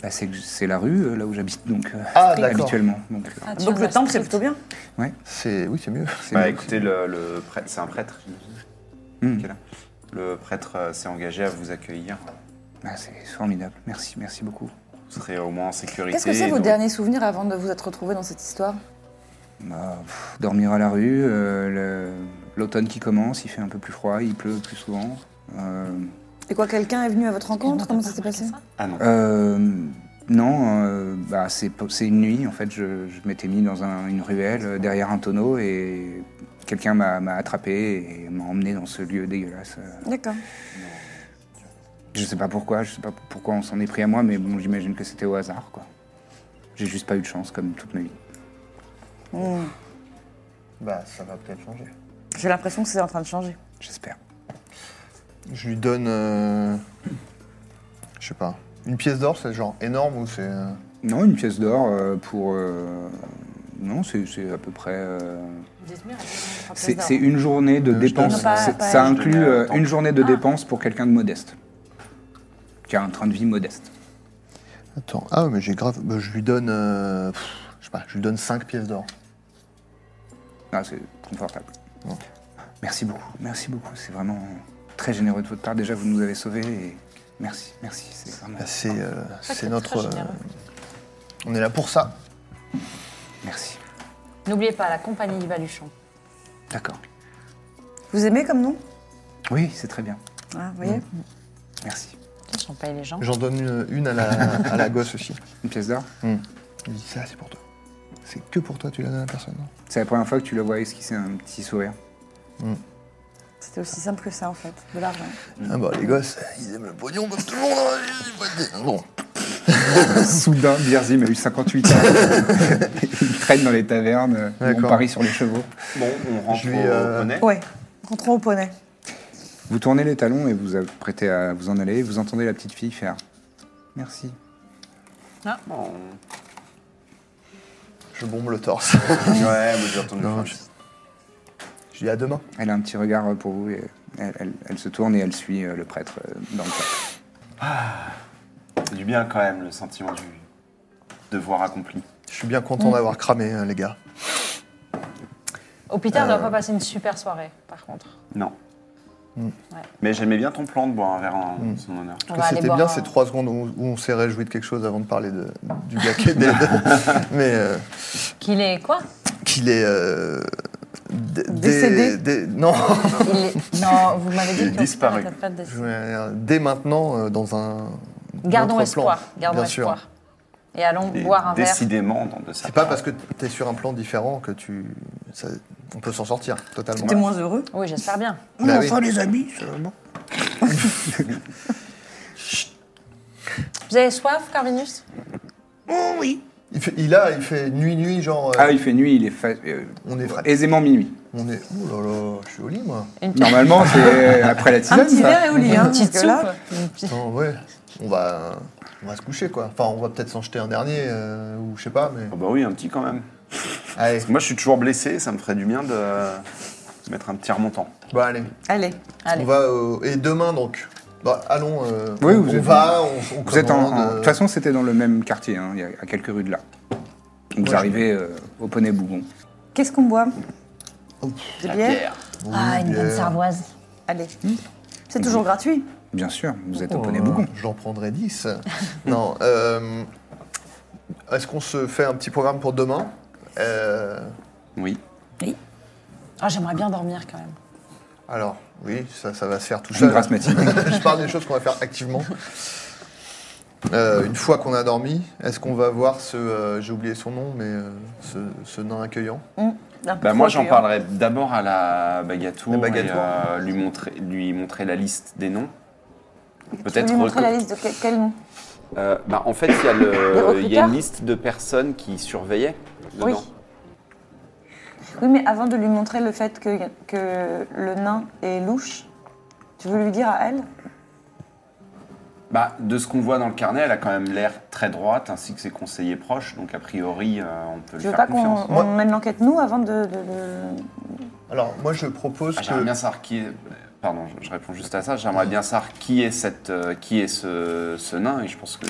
A: Bah, c'est que c'est la rue euh, là où j'habite, donc euh,
D: Ah, d'accord.
A: habituellement. Donc, euh,
B: Ah, tu
G: donc
B: vois,
G: le temple, c'est
B: strict.
G: plutôt bien.
D: C'est oui, c'est mieux.
A: c'est
E: Bah
A: bon.
E: écoutez, le, le prêtre, c'est un prêtre.
A: Hmm.
E: qui est là. Le prêtre euh, s'est engagé à vous accueillir.
A: Ah, c'est formidable. Merci, merci beaucoup.
E: Vous serez au moins en sécurité.
B: Qu'est-ce que c'est
E: et
B: vos
E: donc-
B: derniers souvenirs avant de vous être retrouvés dans cette histoire
A: Bah, pff, dormir à la rue, euh, le- l'automne qui commence, il fait un peu plus froid, il pleut plus souvent. Euh,
G: Et quoi, quelqu'un est venu à votre rencontre
B: Rencontre,
G: Comment ça s'est passé
E: Ah non.
A: Euh, non, euh, bah, c'est c'est une nuit. En fait, je, je m'étais mis dans un- une ruelle euh, derrière un tonneau et Quelqu'un m'a m'a attrapé et m'a emmené dans ce lieu dégueulasse. euh,
G: D'accord.
A: Je sais pas pourquoi, je sais pas pourquoi on s'en est pris à moi, mais bon, j'imagine que c'était au hasard, quoi. J'ai juste pas eu de chance, comme toute ma vie.
D: Bah, ça va peut-être changer.
G: J'ai l'impression que c'est en train de changer.
A: J'espère.
D: Je lui donne. euh, je sais pas. Une pièce d'or, c'est genre énorme ou c'est. euh,
A: Non, une pièce d'or euh, pour. euh, Non, c'est c'est à peu près. euh, C'est c'est une journée de
D: Euh, je
A: dépenses.
D: donne-
B: pas-
A: C'est-
B: pas-
A: Ça
B: je
A: inclut
E: donne-
A: euh,
E: attends.
A: une journée de dépenses pour quelqu'un de modeste. Qui a un train de vie modeste.
D: Attends, ah, mais j'ai grave. bah, je lui donne. euh, pff, je sais pas, je lui donne 5 pièces d'or.
A: Ah, c'est confortable. Merci beaucoup, merci beaucoup. C'est vraiment très généreux de votre part. Déjà, vous nous avez sauvés et merci, merci. C'est vraiment.
D: Bah, c'est euh, c'est
B: très
D: notre.
B: généreux.
D: euh, on est là pour ça.
A: Merci.
B: N'oubliez pas la compagnie du Baluchon.
A: D'accord.
G: Vous aimez comme nom
A: Oui, c'est très bien.
G: Ah, Vous voyez
A: Hmm. Merci.
B: Putain, J'en paye les gens.
D: J'en donne une, une à, la, à la gosse aussi.
A: Une pièce d'or
D: Je lui dis, ça, c'est pour toi. C'est que pour toi, tu la donnes à personne. non
A: C'est la première fois que tu le vois esquisser un petit sourire.
G: C'était aussi simple que ça en fait, de l'argent.
D: Ah, bah, les gosses, ils aiment le pognon comme tout le monde. hein, j'ai pas de- Bon.
A: Soudain, Birzim a eu 58 ans. Il traîne dans les tavernes, où on
D: D'accord.
A: parie sur les chevaux.
E: Bon, on rentre
D: Je lui,
E: au-
D: euh,
E: au poney.
G: Ouais, rentrons au poney.
A: Vous tournez les talons et vous apprêtez à vous en aller. Vous entendez la petite fille faire Merci.
D: Je bombe le torse.
E: Ouais, moi j'ai entendu.
D: Non,
E: le
D: je-
E: film.
D: je lui dis à demain.
A: Elle a un petit regard pour vous et elle, elle- elle se tourne et elle suit euh, le prêtre euh, dans le parc.
E: C'est du bien quand même, le sentiment du devoir accompli.
D: Je suis bien content d'avoir cramé, hein, les gars.
B: Au Peter, on doit pas passer une super soirée, par contre.
E: Non.
D: Hmm.
E: Mais j'aimais bien ton plan de boire un verre en son honneur.
B: On
D: Que
B: va aller
D: C'était
B: boire
D: bien
B: un-
D: ces trois secondes où, où on s'est réjoui de quelque chose avant de parler de, du gars qui est dead. Mais euh,
B: Qu'il est quoi
D: qu'il est. euh, dé- dé-
G: Décédé
D: dé- non
B: Il est- Non, vous m'avez
E: Il
B: dit
E: est
B: que
E: disparu.
B: peut-être pas de-
D: Je voulais dire, Dès maintenant, euh, dans un.
B: Gardons
D: autre
B: espoir.
D: plan,
B: Gardons
D: bien sûr.
B: espoir. Et allons
E: Et
B: boire un verre.
E: décidément dans de sa
D: C'est pas
E: part.
D: parce que t'es sur un plan différent que tu. ça- on peut s'en sortir totalement.
G: T'es moins heureux
B: Oui, j'espère bien.
H: On
D: Bah
H: en
D: oui.
H: fait les amis, c'est bon.
B: Vous avez soif, Carvinus
H: Oh oui.
D: Il, fait- il a, il fait nuit, nuit, genre. euh,
A: Ah, il fait nuit, il est fa- euh,
D: On est frais.
A: aisément minuit.
D: On est. Oh là là, je suis au lit, moi.
A: Normalement, c'est après la tisane,
G: Un petit
A: ça.
G: verre et au lit, hein,
B: Une petite
G: parce que là,
B: soupe Une petite-
D: Attends, ouais. On va. On va se coucher, quoi. Enfin, on va peut-être s'en jeter un dernier, euh, ou je sais pas, mais.
E: Ah bah oui, un petit quand même.
D: Allez,
E: Moi je suis toujours blessé, ça me ferait du bien de se mettre un petit remontant.
D: bon, Bah, allez.
G: Allez,
B: Allez.
D: On va euh, et demain donc. Bah, allons. euh,
A: Oui,
D: on,
A: vous
D: on
A: êtes-
D: va. On, on
A: Vous êtes en-
D: commande,
A: en.
D: euh,
A: De toute façon, c'était dans le même quartier, hein, il y a- à quelques rues de là. Donc, Vous
D: Ouais.
A: arrivez euh, au Poney Bougon.
G: qu'est-ce qu'on boit
D: Oh,
G: Des bières
B: Ah, une bonne
D: bière.
B: sarvoise.
G: Allez.
E: Hmm
G: C'est toujours gratuit.
A: Bien sûr, vous êtes au
D: oh,
A: Poney Bougon.
D: J'en prendrai 10. non. euh, Est-ce qu'on se fait un petit programme pour demain Euh,
E: Oui.
B: Oui. Ah, j'aimerais bien dormir quand même.
D: Alors, oui, ça, ça va se faire tout
A: Une
D: seul.
A: grasse matinée.
D: Je parle des choses qu'on va faire activement. Euh, une fois qu'on a dormi, est-ce qu'on va voir ce. euh, J'ai oublié son nom, mais euh, ce, ce nain accueillant
G: Un peu
E: Bah, moi
G: trop
E: j'en
G: accueillant.
E: parlerai d'abord à la Bagatour,
D: La Bagatour.
E: et euh, lui, montrer, lui montrer la liste des noms.
G: Je vais
E: Peut-être
G: vous montrer
E: que-
G: la liste de quel, quel nom
E: Euh, bah, en fait, il y, a le-
G: Les
E: il y a
G: recruteurs
E: une liste de personnes qui surveillaient dedans.
G: Oui. Oui, mais avant de lui montrer le fait que, que le nain est louche, tu veux lui dire à elle
E: Bah, de ce qu'on voit dans le carnet, elle a quand même l'air très droite, ainsi que ses conseillers proches, donc a priori, euh, on peut
G: Tu
E: lui
G: veux
E: faire
G: pas qu'on
E: confiance.
G: on
D: Moi-
G: mène l'enquête nous avant de. de- de-
D: Alors, moi, je propose
E: Ah,
D: que.
E: J'aimerais bien savoir qui est... Pardon, je- je réponds juste à ça. J'aimerais bien savoir qui est, cette, euh, qui est ce, ce nain, et je pense que...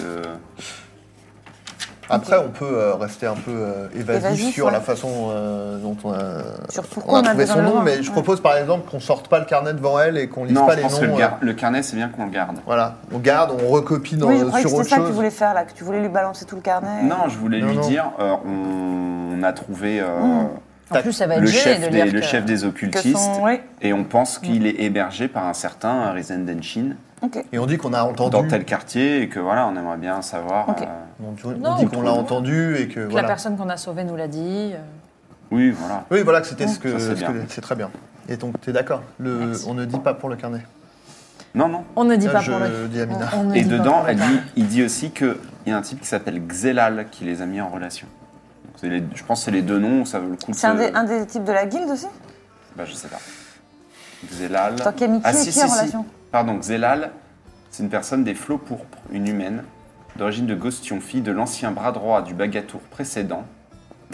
D: Après, on peut euh, rester un peu euh, évasif,
G: Évasif,
D: sur
G: ouais.
D: la façon euh, dont on a,
G: Sur pourquoi on a
D: trouvé
G: besoin
D: son
G: de
D: nom,
G: l'avoir,
D: mais je
G: ouais.
D: propose par exemple qu'on sorte pas le carnet devant elle et qu'on lise
E: Non,
D: pas
E: je
D: les
E: pense que
D: noms.
E: le,
D: euh,
E: gar- le carnet, c'est bien qu'on le garde.
D: voilà, on garde, on recopie dans,
G: oui, je croyais que
D: sur
G: c'était
D: autre
G: ça que tu
D: chose.
G: voulais faire là, que tu voulais lui balancer tout le carnet.
E: Non, je voulais
D: Non,
E: lui
D: non.
E: dire, euh, on, on a trouvé euh,
B: En plus, ça va être
E: le,
B: gêné
E: chef
B: de
E: des,
B: lire
E: le
B: que-
E: chef des
G: que
E: occultistes,
G: son. Oui,
E: et on pense qu'il est hébergé par un certain Risen Denshin
G: ok.
D: Et on dit qu'on a entendu.
E: dans tel quartier, et que voilà, on aimerait bien savoir...
B: Ok.
E: euh,
D: On dit- on
B: Non,
D: dit
B: on
D: qu'on l'a entendu et
B: Que
D: que voilà.
B: La personne qu'on a sauvée nous l'a dit. euh,
E: Oui, voilà.
D: Oui, voilà, que c'était ce
E: Ça,
D: que.
E: c'est
D: ce que-
E: bien.
D: C'est très bien. Et donc, t'es d'accord le- On ne dit pas pour le carnet.
E: Non, non.
B: On ne dit
D: Là,
B: pas
D: je
B: pour le.
D: dis à Mina.
B: on- on ne
E: Et
B: dit pas
E: dedans,
B: pour le
E: elle
B: carnet.
E: dit, il dit aussi qu'il y a un type qui s'appelle Xelal qui les a mis en relation. Donc, c'est les- je pense que c'est les deux noms, ça vaut le coup de
G: C'est un,
E: se-
G: des- un des types de la guilde aussi
E: Bah, je sais pas. Xelal. Ah,
G: Attends, Camille, qui est- qui est en relation
E: Pardon, Xelal, c'est une personne des flots pourpres, une humaine, d'origine de Gostion, fille de l'ancien bras droit du Bagatour précédent.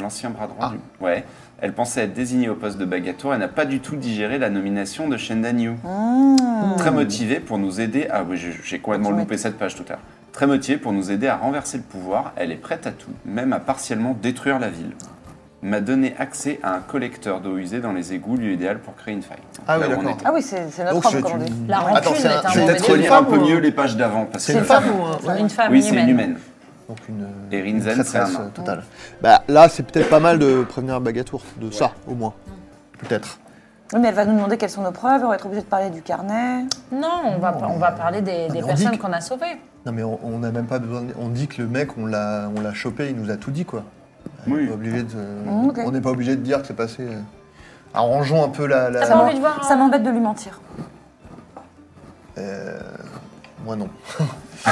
E: L'ancien bras
D: Ah.
E: droit du. Ouais. Elle pensait être désignée au poste de Bagatour et n'a pas du tout digéré la nomination de Shendan Yu.
D: Ah.
E: Très motivée pour nous aider. Ah oui, j'ai- j'ai complètement loupé cette page tout à l'heure. Très motivée pour nous aider à renverser le pouvoir, elle est prête à tout, même à partiellement détruire la ville. M'a donné accès à un collecteur d'eau usée dans les égouts, lieu idéal pour créer une faille.
D: Ah oui,
E: Là où on
D: d'accord.
E: était.
G: Ah oui, c'est c'est
D: Donc,
G: notre homme,
D: c'est
G: comme on
D: une-
G: dit.
B: La
D: Attends,
B: rancune
D: c'est un-
B: est un
E: Je vais
B: mauvais
E: peut-être
B: délire.
E: relire un peu
D: ou-
E: mieux les pages d'avant. parce
D: C'est
E: que-
D: une femme ou un.
B: Enfin, une femme
E: Oui, c'est une
B: humaine.
E: humaine.
D: Donc une,
E: Et
D: une
E: Rinzen, c'est un
D: traîtresse,
E: nain.
D: euh, totale. Bah, là, c'est peut-être pas mal de prévenir Bagatour de ça, au moins. Peut-être.
G: Oui, mais elle va nous demander quelles sont nos preuves, on va être obligé de parler du carnet.
B: Non, on va, on va parler des, des
D: on
B: personnes
D: dit que-
B: qu'on a sauvées.
D: Non, mais on on n'a même pas besoin. de- On dit que le mec, on l'a on l'a chopé, il nous a tout dit, quoi. On
E: Oui.
D: est pas obligé de-
G: Ah ok.
D: On n'est pas obligé de dire que c'est passé. euh, Arrangeons un peu la. la-
B: T'as pas envie de voir
G: Ça
B: un-
G: m'embête de lui mentir.
D: Moi, non.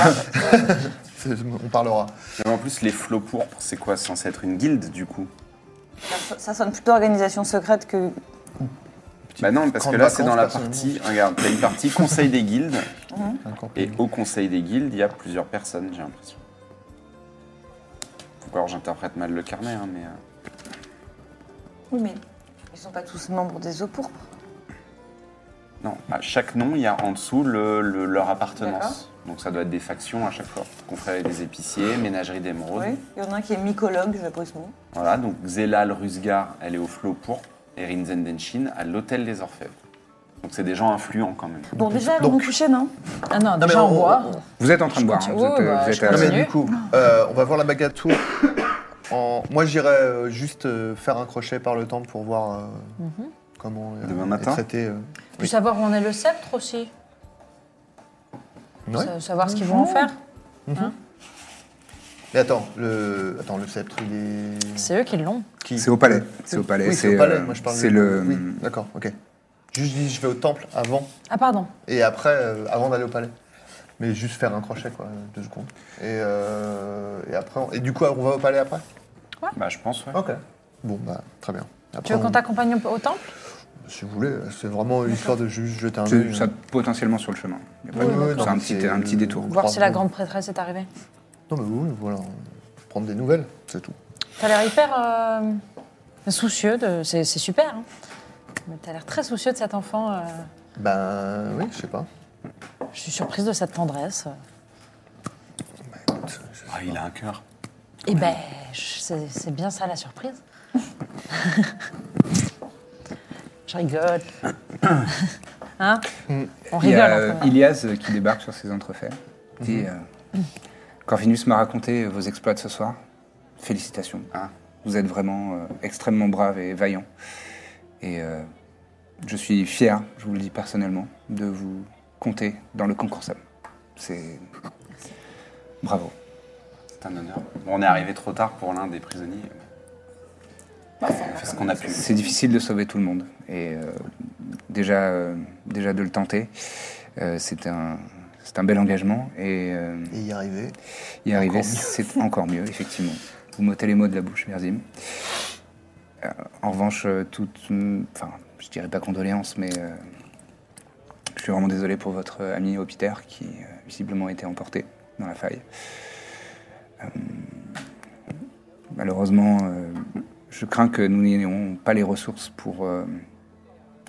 D: C'est- on parlera.
E: Mais En plus, les flots pourpres, c'est quoi C'est censé être une guilde, du coup
G: Ça, ça sonne plutôt organisation secrète que.
E: Bah non, parce
D: camp
E: que
D: de
E: là, c'est
D: vacances,
E: dans la
D: personne.
E: partie... Regarde, t'as une partie conseil des guildes,
D: D'accord.
E: et au conseil des guildes, il y a plusieurs personnes, j'ai l'impression. Faut Encore, j'interprète mal le carnet, hein, mais... euh,
G: Oui, mais ils sont pas tous membres des eaux pourpres.
E: Non, à chaque nom, il y a en dessous le- le- leur appartenance. Donc ça doit être des factions à chaque fois. Confrérie des épiciers, ménagerie d'émeraude.
G: Oui. Il y en a un qui est mycologue, j'ai appris ce mot.
E: Voilà, donc Zelal Rusgar, elle est au flot pourpre, et Rinzen Denshin à l'hôtel des Orfèvres. Donc c'est des gens influents quand même.
G: Bon, déjà, avant de coucher, non
B: Ah non,
D: mais
B: déjà
D: on-
B: on boit.
A: Vous êtes en train de boire. hein,
B: continue.
A: vous êtes,
B: Ouais,
A: euh,
B: bah,
A: vous
B: je
A: êtes à-
D: Non, mais
B: continue.
D: du coup, euh, on va voir la Bagatour. En... Moi, j'irais euh, juste euh, faire un crochet par le temps pour voir euh,
B: Mhm.
D: comment euh,
E: Demain matin
D: est traité. euh,
B: Puis savoir où en est le sceptre aussi.
D: Ouais.
B: Sa- Savoir ce qu'ils vont en faire.
D: Mais attends, le, attends, le sceptre, il est.
B: C'est eux qui l'ont.
D: qui-
A: C'est au palais. C'est au palais.
D: Oui, c'est au
A: euh,
D: palais. Moi, je parle.
A: C'est le.
D: Oui, d'accord, ok. Juste, je dis, je vais au temple avant
B: Ah pardon.
D: et après, euh, avant d'aller au palais. Mais juste faire un crochet, quoi, deux secondes. Et, euh, et après, on- et du coup, on va au palais après
E: Bah je pense, ouais.
D: Ok. Bon, bah, très bien. Après,
B: Tu veux qu'on
D: on-
B: t'accompagne au au temple
D: Si vous voulez, c'est vraiment une histoire de juste jeter un
A: C'est-
D: œil. hein.
A: ça potentiellement sur le chemin. Il y a pas
D: Oui,
A: de-
D: oui,
A: c'est
D: non,
A: un petit,
D: c'est-
A: un petit détour.
D: Bon.
B: Voir si la
D: Pardon.
B: grande prêtresse est arrivée.
D: Non, mais oui, voilà. on- Prendre des nouvelles, c'est tout.
B: T'as l'air hyper euh, soucieux de. C'est c'est super. hein. Mais t'as l'air très soucieux de cet enfant. euh,
D: Ben oui, je sais pas.
B: Je suis surprise de cette tendresse.
E: Ah, il a un cœur.
B: Eh ben, je- c'est c'est bien ça la surprise. je rigole. Hein On
A: Il y
B: rigole. Mhm.
A: a
B: entre
A: euh,
B: nous.
A: Ilias euh, qui débarque sur ses entrefaits. Il dit euh, Corvinus m'a raconté euh, vos exploits de ce soir. Félicitations.
E: Ah.
A: Vous êtes vraiment euh, extrêmement brave et vaillant. Et euh, je suis fier, je vous le dis personnellement, de vous compter dans le concours Sam. C'est. Bravo.
E: C'est un honneur. Bon, on est arrivé trop tard pour l'un des prisonniers. on a fait ce qu'on a pu.
A: C'est difficile de sauver tout le monde. Et euh, déjà, euh, déjà de le tenter, euh, c'est un, c'est un bel engagement. Et euh,
D: Et y arriver.
A: y arriver, c'est encore mieux, effectivement. Vous m'ôtez les mots de la bouche, Merzim. Euh, en revanche, euh, toute. une- Enfin, je dirais pas condoléances, mais. euh, je suis vraiment désolé pour votre euh, ami Hopiter qui, euh, visiblement, a été emporté dans la faille. Euh, malheureusement, euh, je crains que nous n'ayons pas les ressources pour euh,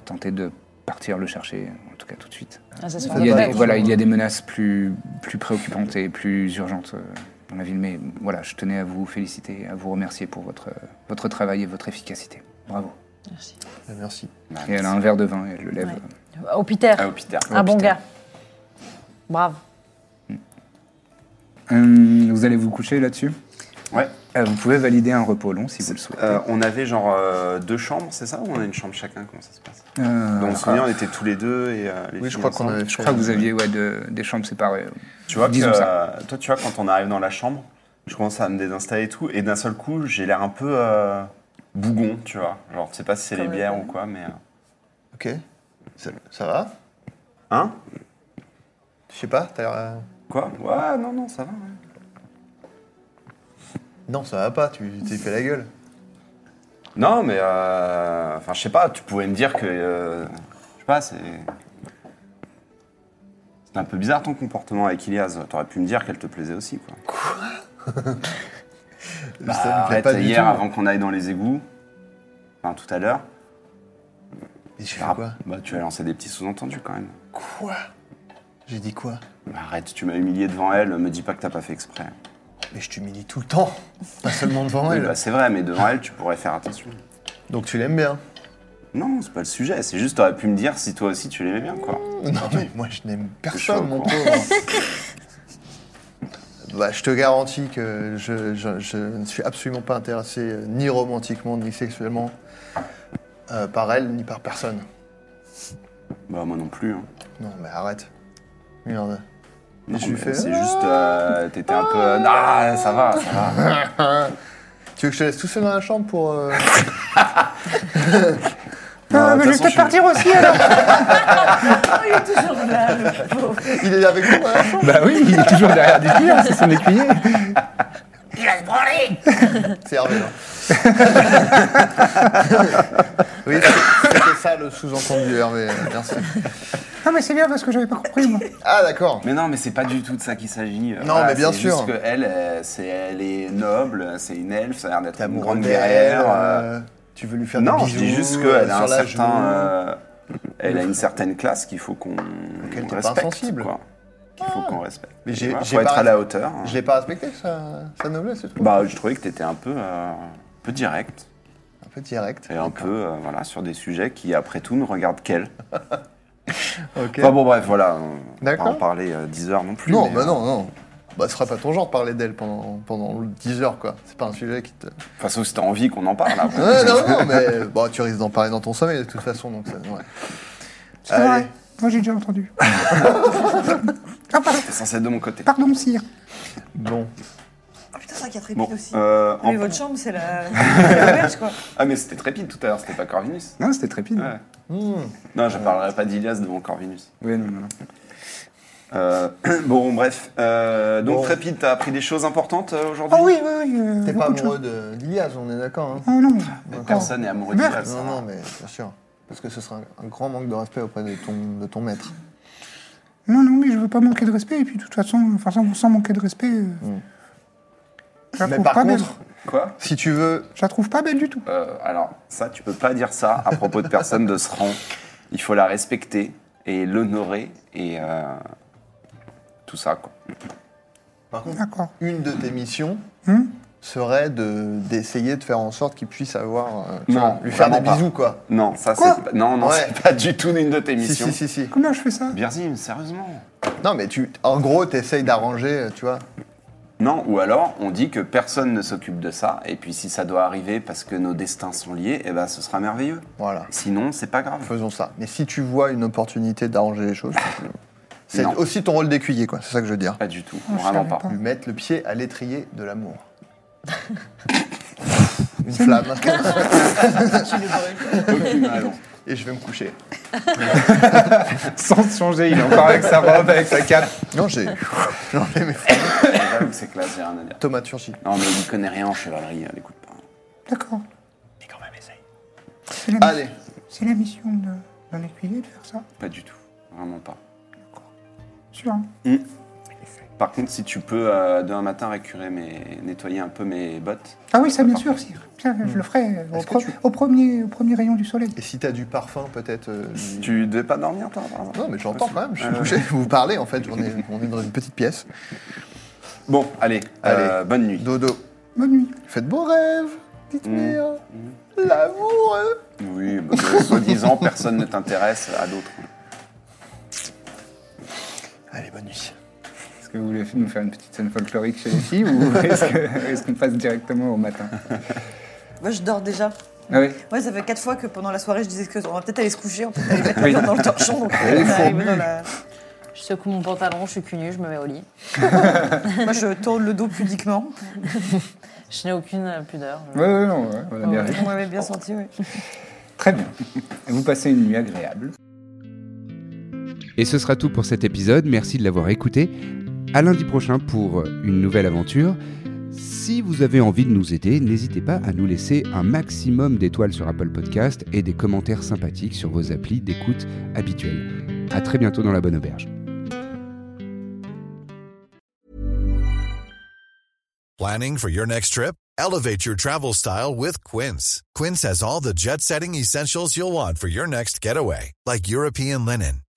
A: tenter de partir le chercher, en tout cas tout de suite.
B: Ah, c'est sur
A: Il y,
B: le
A: a
B: bec.
A: des, voilà, il y a des menaces plus, plus préoccupantes et plus urgentes euh, dans la ville, mais voilà, je tenais à vous féliciter, à vous remercier pour votre, euh, votre travail et votre efficacité. Bravo.
B: Merci.
D: Ben, merci.
E: Bah,
A: Et elle a un verre de vin et elle le lève.
B: Ouais. Au Peter,
E: Ah, au Peter.
B: un bon
A: Peter.
B: gars. Brave.
A: Hum, vous allez vous coucher là-dessus
E: Ouais.
A: Euh, Vous pouvez valider un repos long si vous le souhaitez.
E: Euh, on avait genre euh, deux chambres, c'est ça Ou on a une chambre chacun Comment ça se passe
A: Euh,
E: Dans mon souvenir, on était tous les deux et euh, les
D: Oui, je
E: filles
D: crois qu'on
E: ensemble.
D: avait
A: je crois que vous aviez ouais, de- des chambres séparées.
E: Tu vois, que,
A: Disons ça.
E: euh, toi, tu vois, quand on arrive dans la chambre, je commence à me désinstaller et tout, et d'un seul coup, j'ai l'air un peu. euh, bougon, tu vois. Genre, je sais pas si c'est les
B: Comme le
E: bières
B: thème.
E: ou quoi, mais. euh,
D: Ok. Ça, ça va
E: Hein
D: Je sais pas, t'as l'air. euh,
E: Quoi Ouais, non, non, ça va. ouais.
D: Non, ça va pas, tu t'es fait la gueule.
E: Non, mais. euh, Enfin, je sais pas, tu pouvais me dire que. euh, Je sais pas, c'est. C'est un peu bizarre ton comportement avec Ilias. T'aurais pu me dire qu'elle te plaisait aussi, quoi. Ah,
D: ça me plaît
E: Bah, Arrête,
D: pas du
E: hier,
D: tout.
E: avant qu'on aille dans les égouts, enfin tout à l'heure,
D: Mais j'ai
E: tu
D: fait
E: as-
D: quoi
E: bah, tu as lancé des petits sous-entendus quand même.
D: Quoi J'ai dit quoi
E: Bah, Arrête, tu m'as humilié devant elle, me dis pas que t'as pas fait exprès.
D: Mais je t'humilie tout le temps, pas seulement devant
E: Oui,
D: elle.
E: bah, c'est vrai, mais devant elle, tu pourrais faire attention.
D: Donc tu l'aimes bien
E: Non, c'est pas le sujet, c'est juste t'aurais pu me dire si toi aussi tu l'aimais bien, quoi.
D: Non, mais moi je n'aime personne,
E: Je suis au
D: mon
E: courant.
D: pauvre. bah, je te garantis que je, je- je ne suis absolument pas intéressé euh, ni romantiquement ni sexuellement euh, par elle ni par personne.
E: Bah moi non plus. hein.
D: Non, mais arrête. Merde.
E: Non,
D: tu
E: mais
D: fais-
E: C'est juste, euh, t'étais un peu... euh, Ah, ça va, ça va.
D: Tu veux que je te laisse tout seul dans la chambre pour. euh, Ah,
E: Non, mais je vais peut-être partir aussi.
G: Il est toujours là, le pauvre.
D: Il est avec hein moi dans la
E: euh,
D: chambre
A: Bah oui, il est toujours derrière des cuillères, c'est son écuyer.
H: Il va se branler
D: C'est Hervé, hein. là. oui, c'est- c'était ça le sous-entendu, Hervé. euh, Merci.
H: Ah, mais c'est bien parce que j'avais pas compris, moi.
D: Ah, d'accord.
E: Mais non, mais c'est pas du tout de ça qu'il s'agit. euh,
D: Non, mais bien
E: c'est
D: sûr.
E: Juste que elle, euh, c'est, elle est noble, euh, c'est une elfe, ça a l'air d'être
D: T'es
E: une
D: amoureux
E: grande
D: d'elle,
E: guerrière. euh,
D: euh, tu veux lui faire des
E: Non, je
D: bisous
E: dis juste qu'elle
D: euh,
E: a
D: sur
E: un
D: la
E: certain,
D: joue.
E: euh, elle a une certaine classe qu'il faut qu'on
D: t'es pas
E: respecte.
D: insensible. Ah.
E: quoi. Qu'il faut qu'on respecte.
D: Mais
E: Mais
D: j'ai-
E: j'ai,
D: j'ai
E: faut être
D: pas
E: à la
D: respect-
E: hauteur. hein.
D: Je l'ai pas respecté, sa, sa noblesse, c'est tout.
E: Bah, je trouvais que t'étais un peu, euh, un peu direct
D: Un peu direct.
E: et un peu, euh, voilà, sur des sujets qui, après tout, ne regardent qu'elle.
D: Ok.
E: Enfin bon, bref, voilà. On va pas
D: D'accord.
E: en parler euh, 10 heures non plus.
D: non,
E: mais,
D: bah
E: euh,
D: non, non. Bah, ce sera pas ton genre de parler d'elle pendant, pendant 10 heures, quoi. C'est pas un sujet qui te.
E: Enfin, sauf si t'as envie qu'on en parle. après.
D: Ouais, non, non, mais bon, tu risques d'en parler dans ton sommeil, de toute façon, donc ça. Ouais.
H: C'est
D: Allez.
H: vrai. Moi, j'ai déjà entendu. Ah,
E: T'es censé de mon côté.
H: Pardon, sire.
D: Bon.
G: Ah putain, ça qui a très
E: Bon,
G: vite aussi.
E: euh, en-
G: Mais votre chambre, c'est la. c'est la berge, quoi.
E: Ah, mais c'était Trépide tout à l'heure, c'était pas Corvinus.
H: Ah,
A: Non, c'était trépide.
D: Ah.
E: Ouais. Non, je parlerai pas d'Ilias devant Corvinus.
A: Oui, non, non. non.
E: Euh, bon, bref. Euh, donc,
D: Bon. Ah
E: Trépide, t'as appris des choses importantes euh, aujourd'hui
A: Ah
H: Oh oui, oui, oui. euh,
D: T'es pas
H: beaucoup de
D: amoureux de d'Ilias, on est d'accord, hein
H: choses. Oh non.
A: Ah.
E: Personne n'est amoureux d'Ilias.
D: Non,
E: hein.
D: non, mais bien sûr. Parce que ce sera un- un grand manque de respect auprès de ton, de ton maître.
H: Non, non, mais je veux pas manquer de respect. Et puis, de toute façon, enfin, sans, sans manquer de respect. euh,
A: Mm.
H: Je la
D: Ah, Mais
H: trouve
D: par
H: pas belle.
D: contre,
E: Quoi
D: si tu veux.
H: Je la trouve pas belle du tout.
E: Euh, Alors, ça, tu peux pas dire ça à propos de personne de ce rang. Il faut la respecter et l'honorer et euh, tout ça, quoi.
D: Par
E: Ah.
D: contre,
H: D'accord.
D: une de tes missions
E: Hmm
D: serait de- d'essayer de, faire en sorte qu'il puisse avoir. euh, tu
E: Non,
D: vois, lui faire des
E: vraiment pas.
D: bisous, quoi.
E: Non, ça,
H: Quoi
E: c'est pas... Non, non,
D: Ouais.
E: c'est pas du tout une de tes
D: Si,
E: missions.
D: si, si, si.
H: Comment je fais ça
E: Birzim, sérieusement
D: Non, mais tu, en gros, t'essayes d'arranger, euh, tu vois.
E: Non, ou alors on dit que personne ne s'occupe de ça, et puis si ça doit arriver parce que nos destins sont liés, eh ben ce sera merveilleux.
D: Voilà.
E: Sinon, c'est pas grave.
D: Faisons ça. Mais si tu vois une opportunité d'arranger les choses, c'est
E: Non. Ah.
D: aussi ton rôle d'écuyer, quoi. C'est ça que je veux dire.
E: Pas du tout,
H: je
E: vraiment
H: savais
E: pas.
H: pas.
D: Lui mettre le pied à l'étrier de l'amour. une flamme.
E: Aucune raison.
D: Et je vais me coucher.
A: Sans se changer, il est encore avec sa robe, avec sa cape.
D: Non, j'ai j'ai enlevé mes flammes.
E: J'avoue que c'est classe, j'ai rien à dire.
D: Thaumaturgie.
E: Non, mais il connaît rien en chevalerie, elle écoute pas.
H: D'accord.
E: Mais quand même, essaye.
H: C'est la,
D: Allez.
H: c'est la mission de- d'un écuyer de faire ça.
E: Pas du tout, vraiment pas.
H: Sûr. hein.
E: Par contre, si tu peux euh, demain matin récurer mes... nettoyer un peu mes bottes.
H: Ah oui, ça, bien sûr, sire. Ça,
A: Mm.
H: je le ferai euh, au,
D: Est-ce que
H: pro-
D: tu-
H: au premier, au premier rayon du soleil.
D: Et si t'as du parfum, peut-être. euh, lui-
E: Tu devais pas dormir, toi, par exemple
D: Non, mais j'entends quand même, je suis
E: Ouais,
D: couché. Vous parlez, en fait, on est, on est dans une petite pièce.
E: Bon, allez, euh,
D: Allez.
E: bonne nuit.
D: Dodo,
H: Bonne nuit.
D: faites beaux rêves, dites moi l'amour. euh.
E: Oui, bah, euh, soi-disant, personne ne t'intéresse à d'autres.
D: Allez, bonne nuit.
A: Est-ce que vous voulez nous faire une petite scène folklorique chez les filles ou est-ce que- est-ce qu'on passe directement au matin
G: Moi, je dors déjà.
A: Ah oui
G: Ouais, ça fait quatre fois que pendant la soirée, je disais qu'on va peut-être aller se coucher, on peut aller mettre les mains dans le torchon. Donc, on est arrivé dans la-
B: Je secoue mon pantalon, je suis cul nu, je me mets au lit.
G: Moi, je tourne le dos pudiquement. Je n'ai aucune euh, pudeur.
I: Ouais, ouais, non, ouais, on a bien raison.
J: On m'avait bien senti, oui.
I: Très bien. Vous passez une nuit agréable.
A: Et ce sera tout pour cet épisode. Merci de l'avoir écouté. À lundi prochain pour une nouvelle aventure. Si vous avez envie de nous aider, n'hésitez pas à nous laisser un maximum d'étoiles sur Apple Podcast et des commentaires sympathiques sur vos applis d'écoute habituelles. À très bientôt dans la bonne auberge.
F: Planning for your next trip? Elevate your travel style with Quince. Quince has all the jet setting essentials you'll want for your next getaway, like European linen,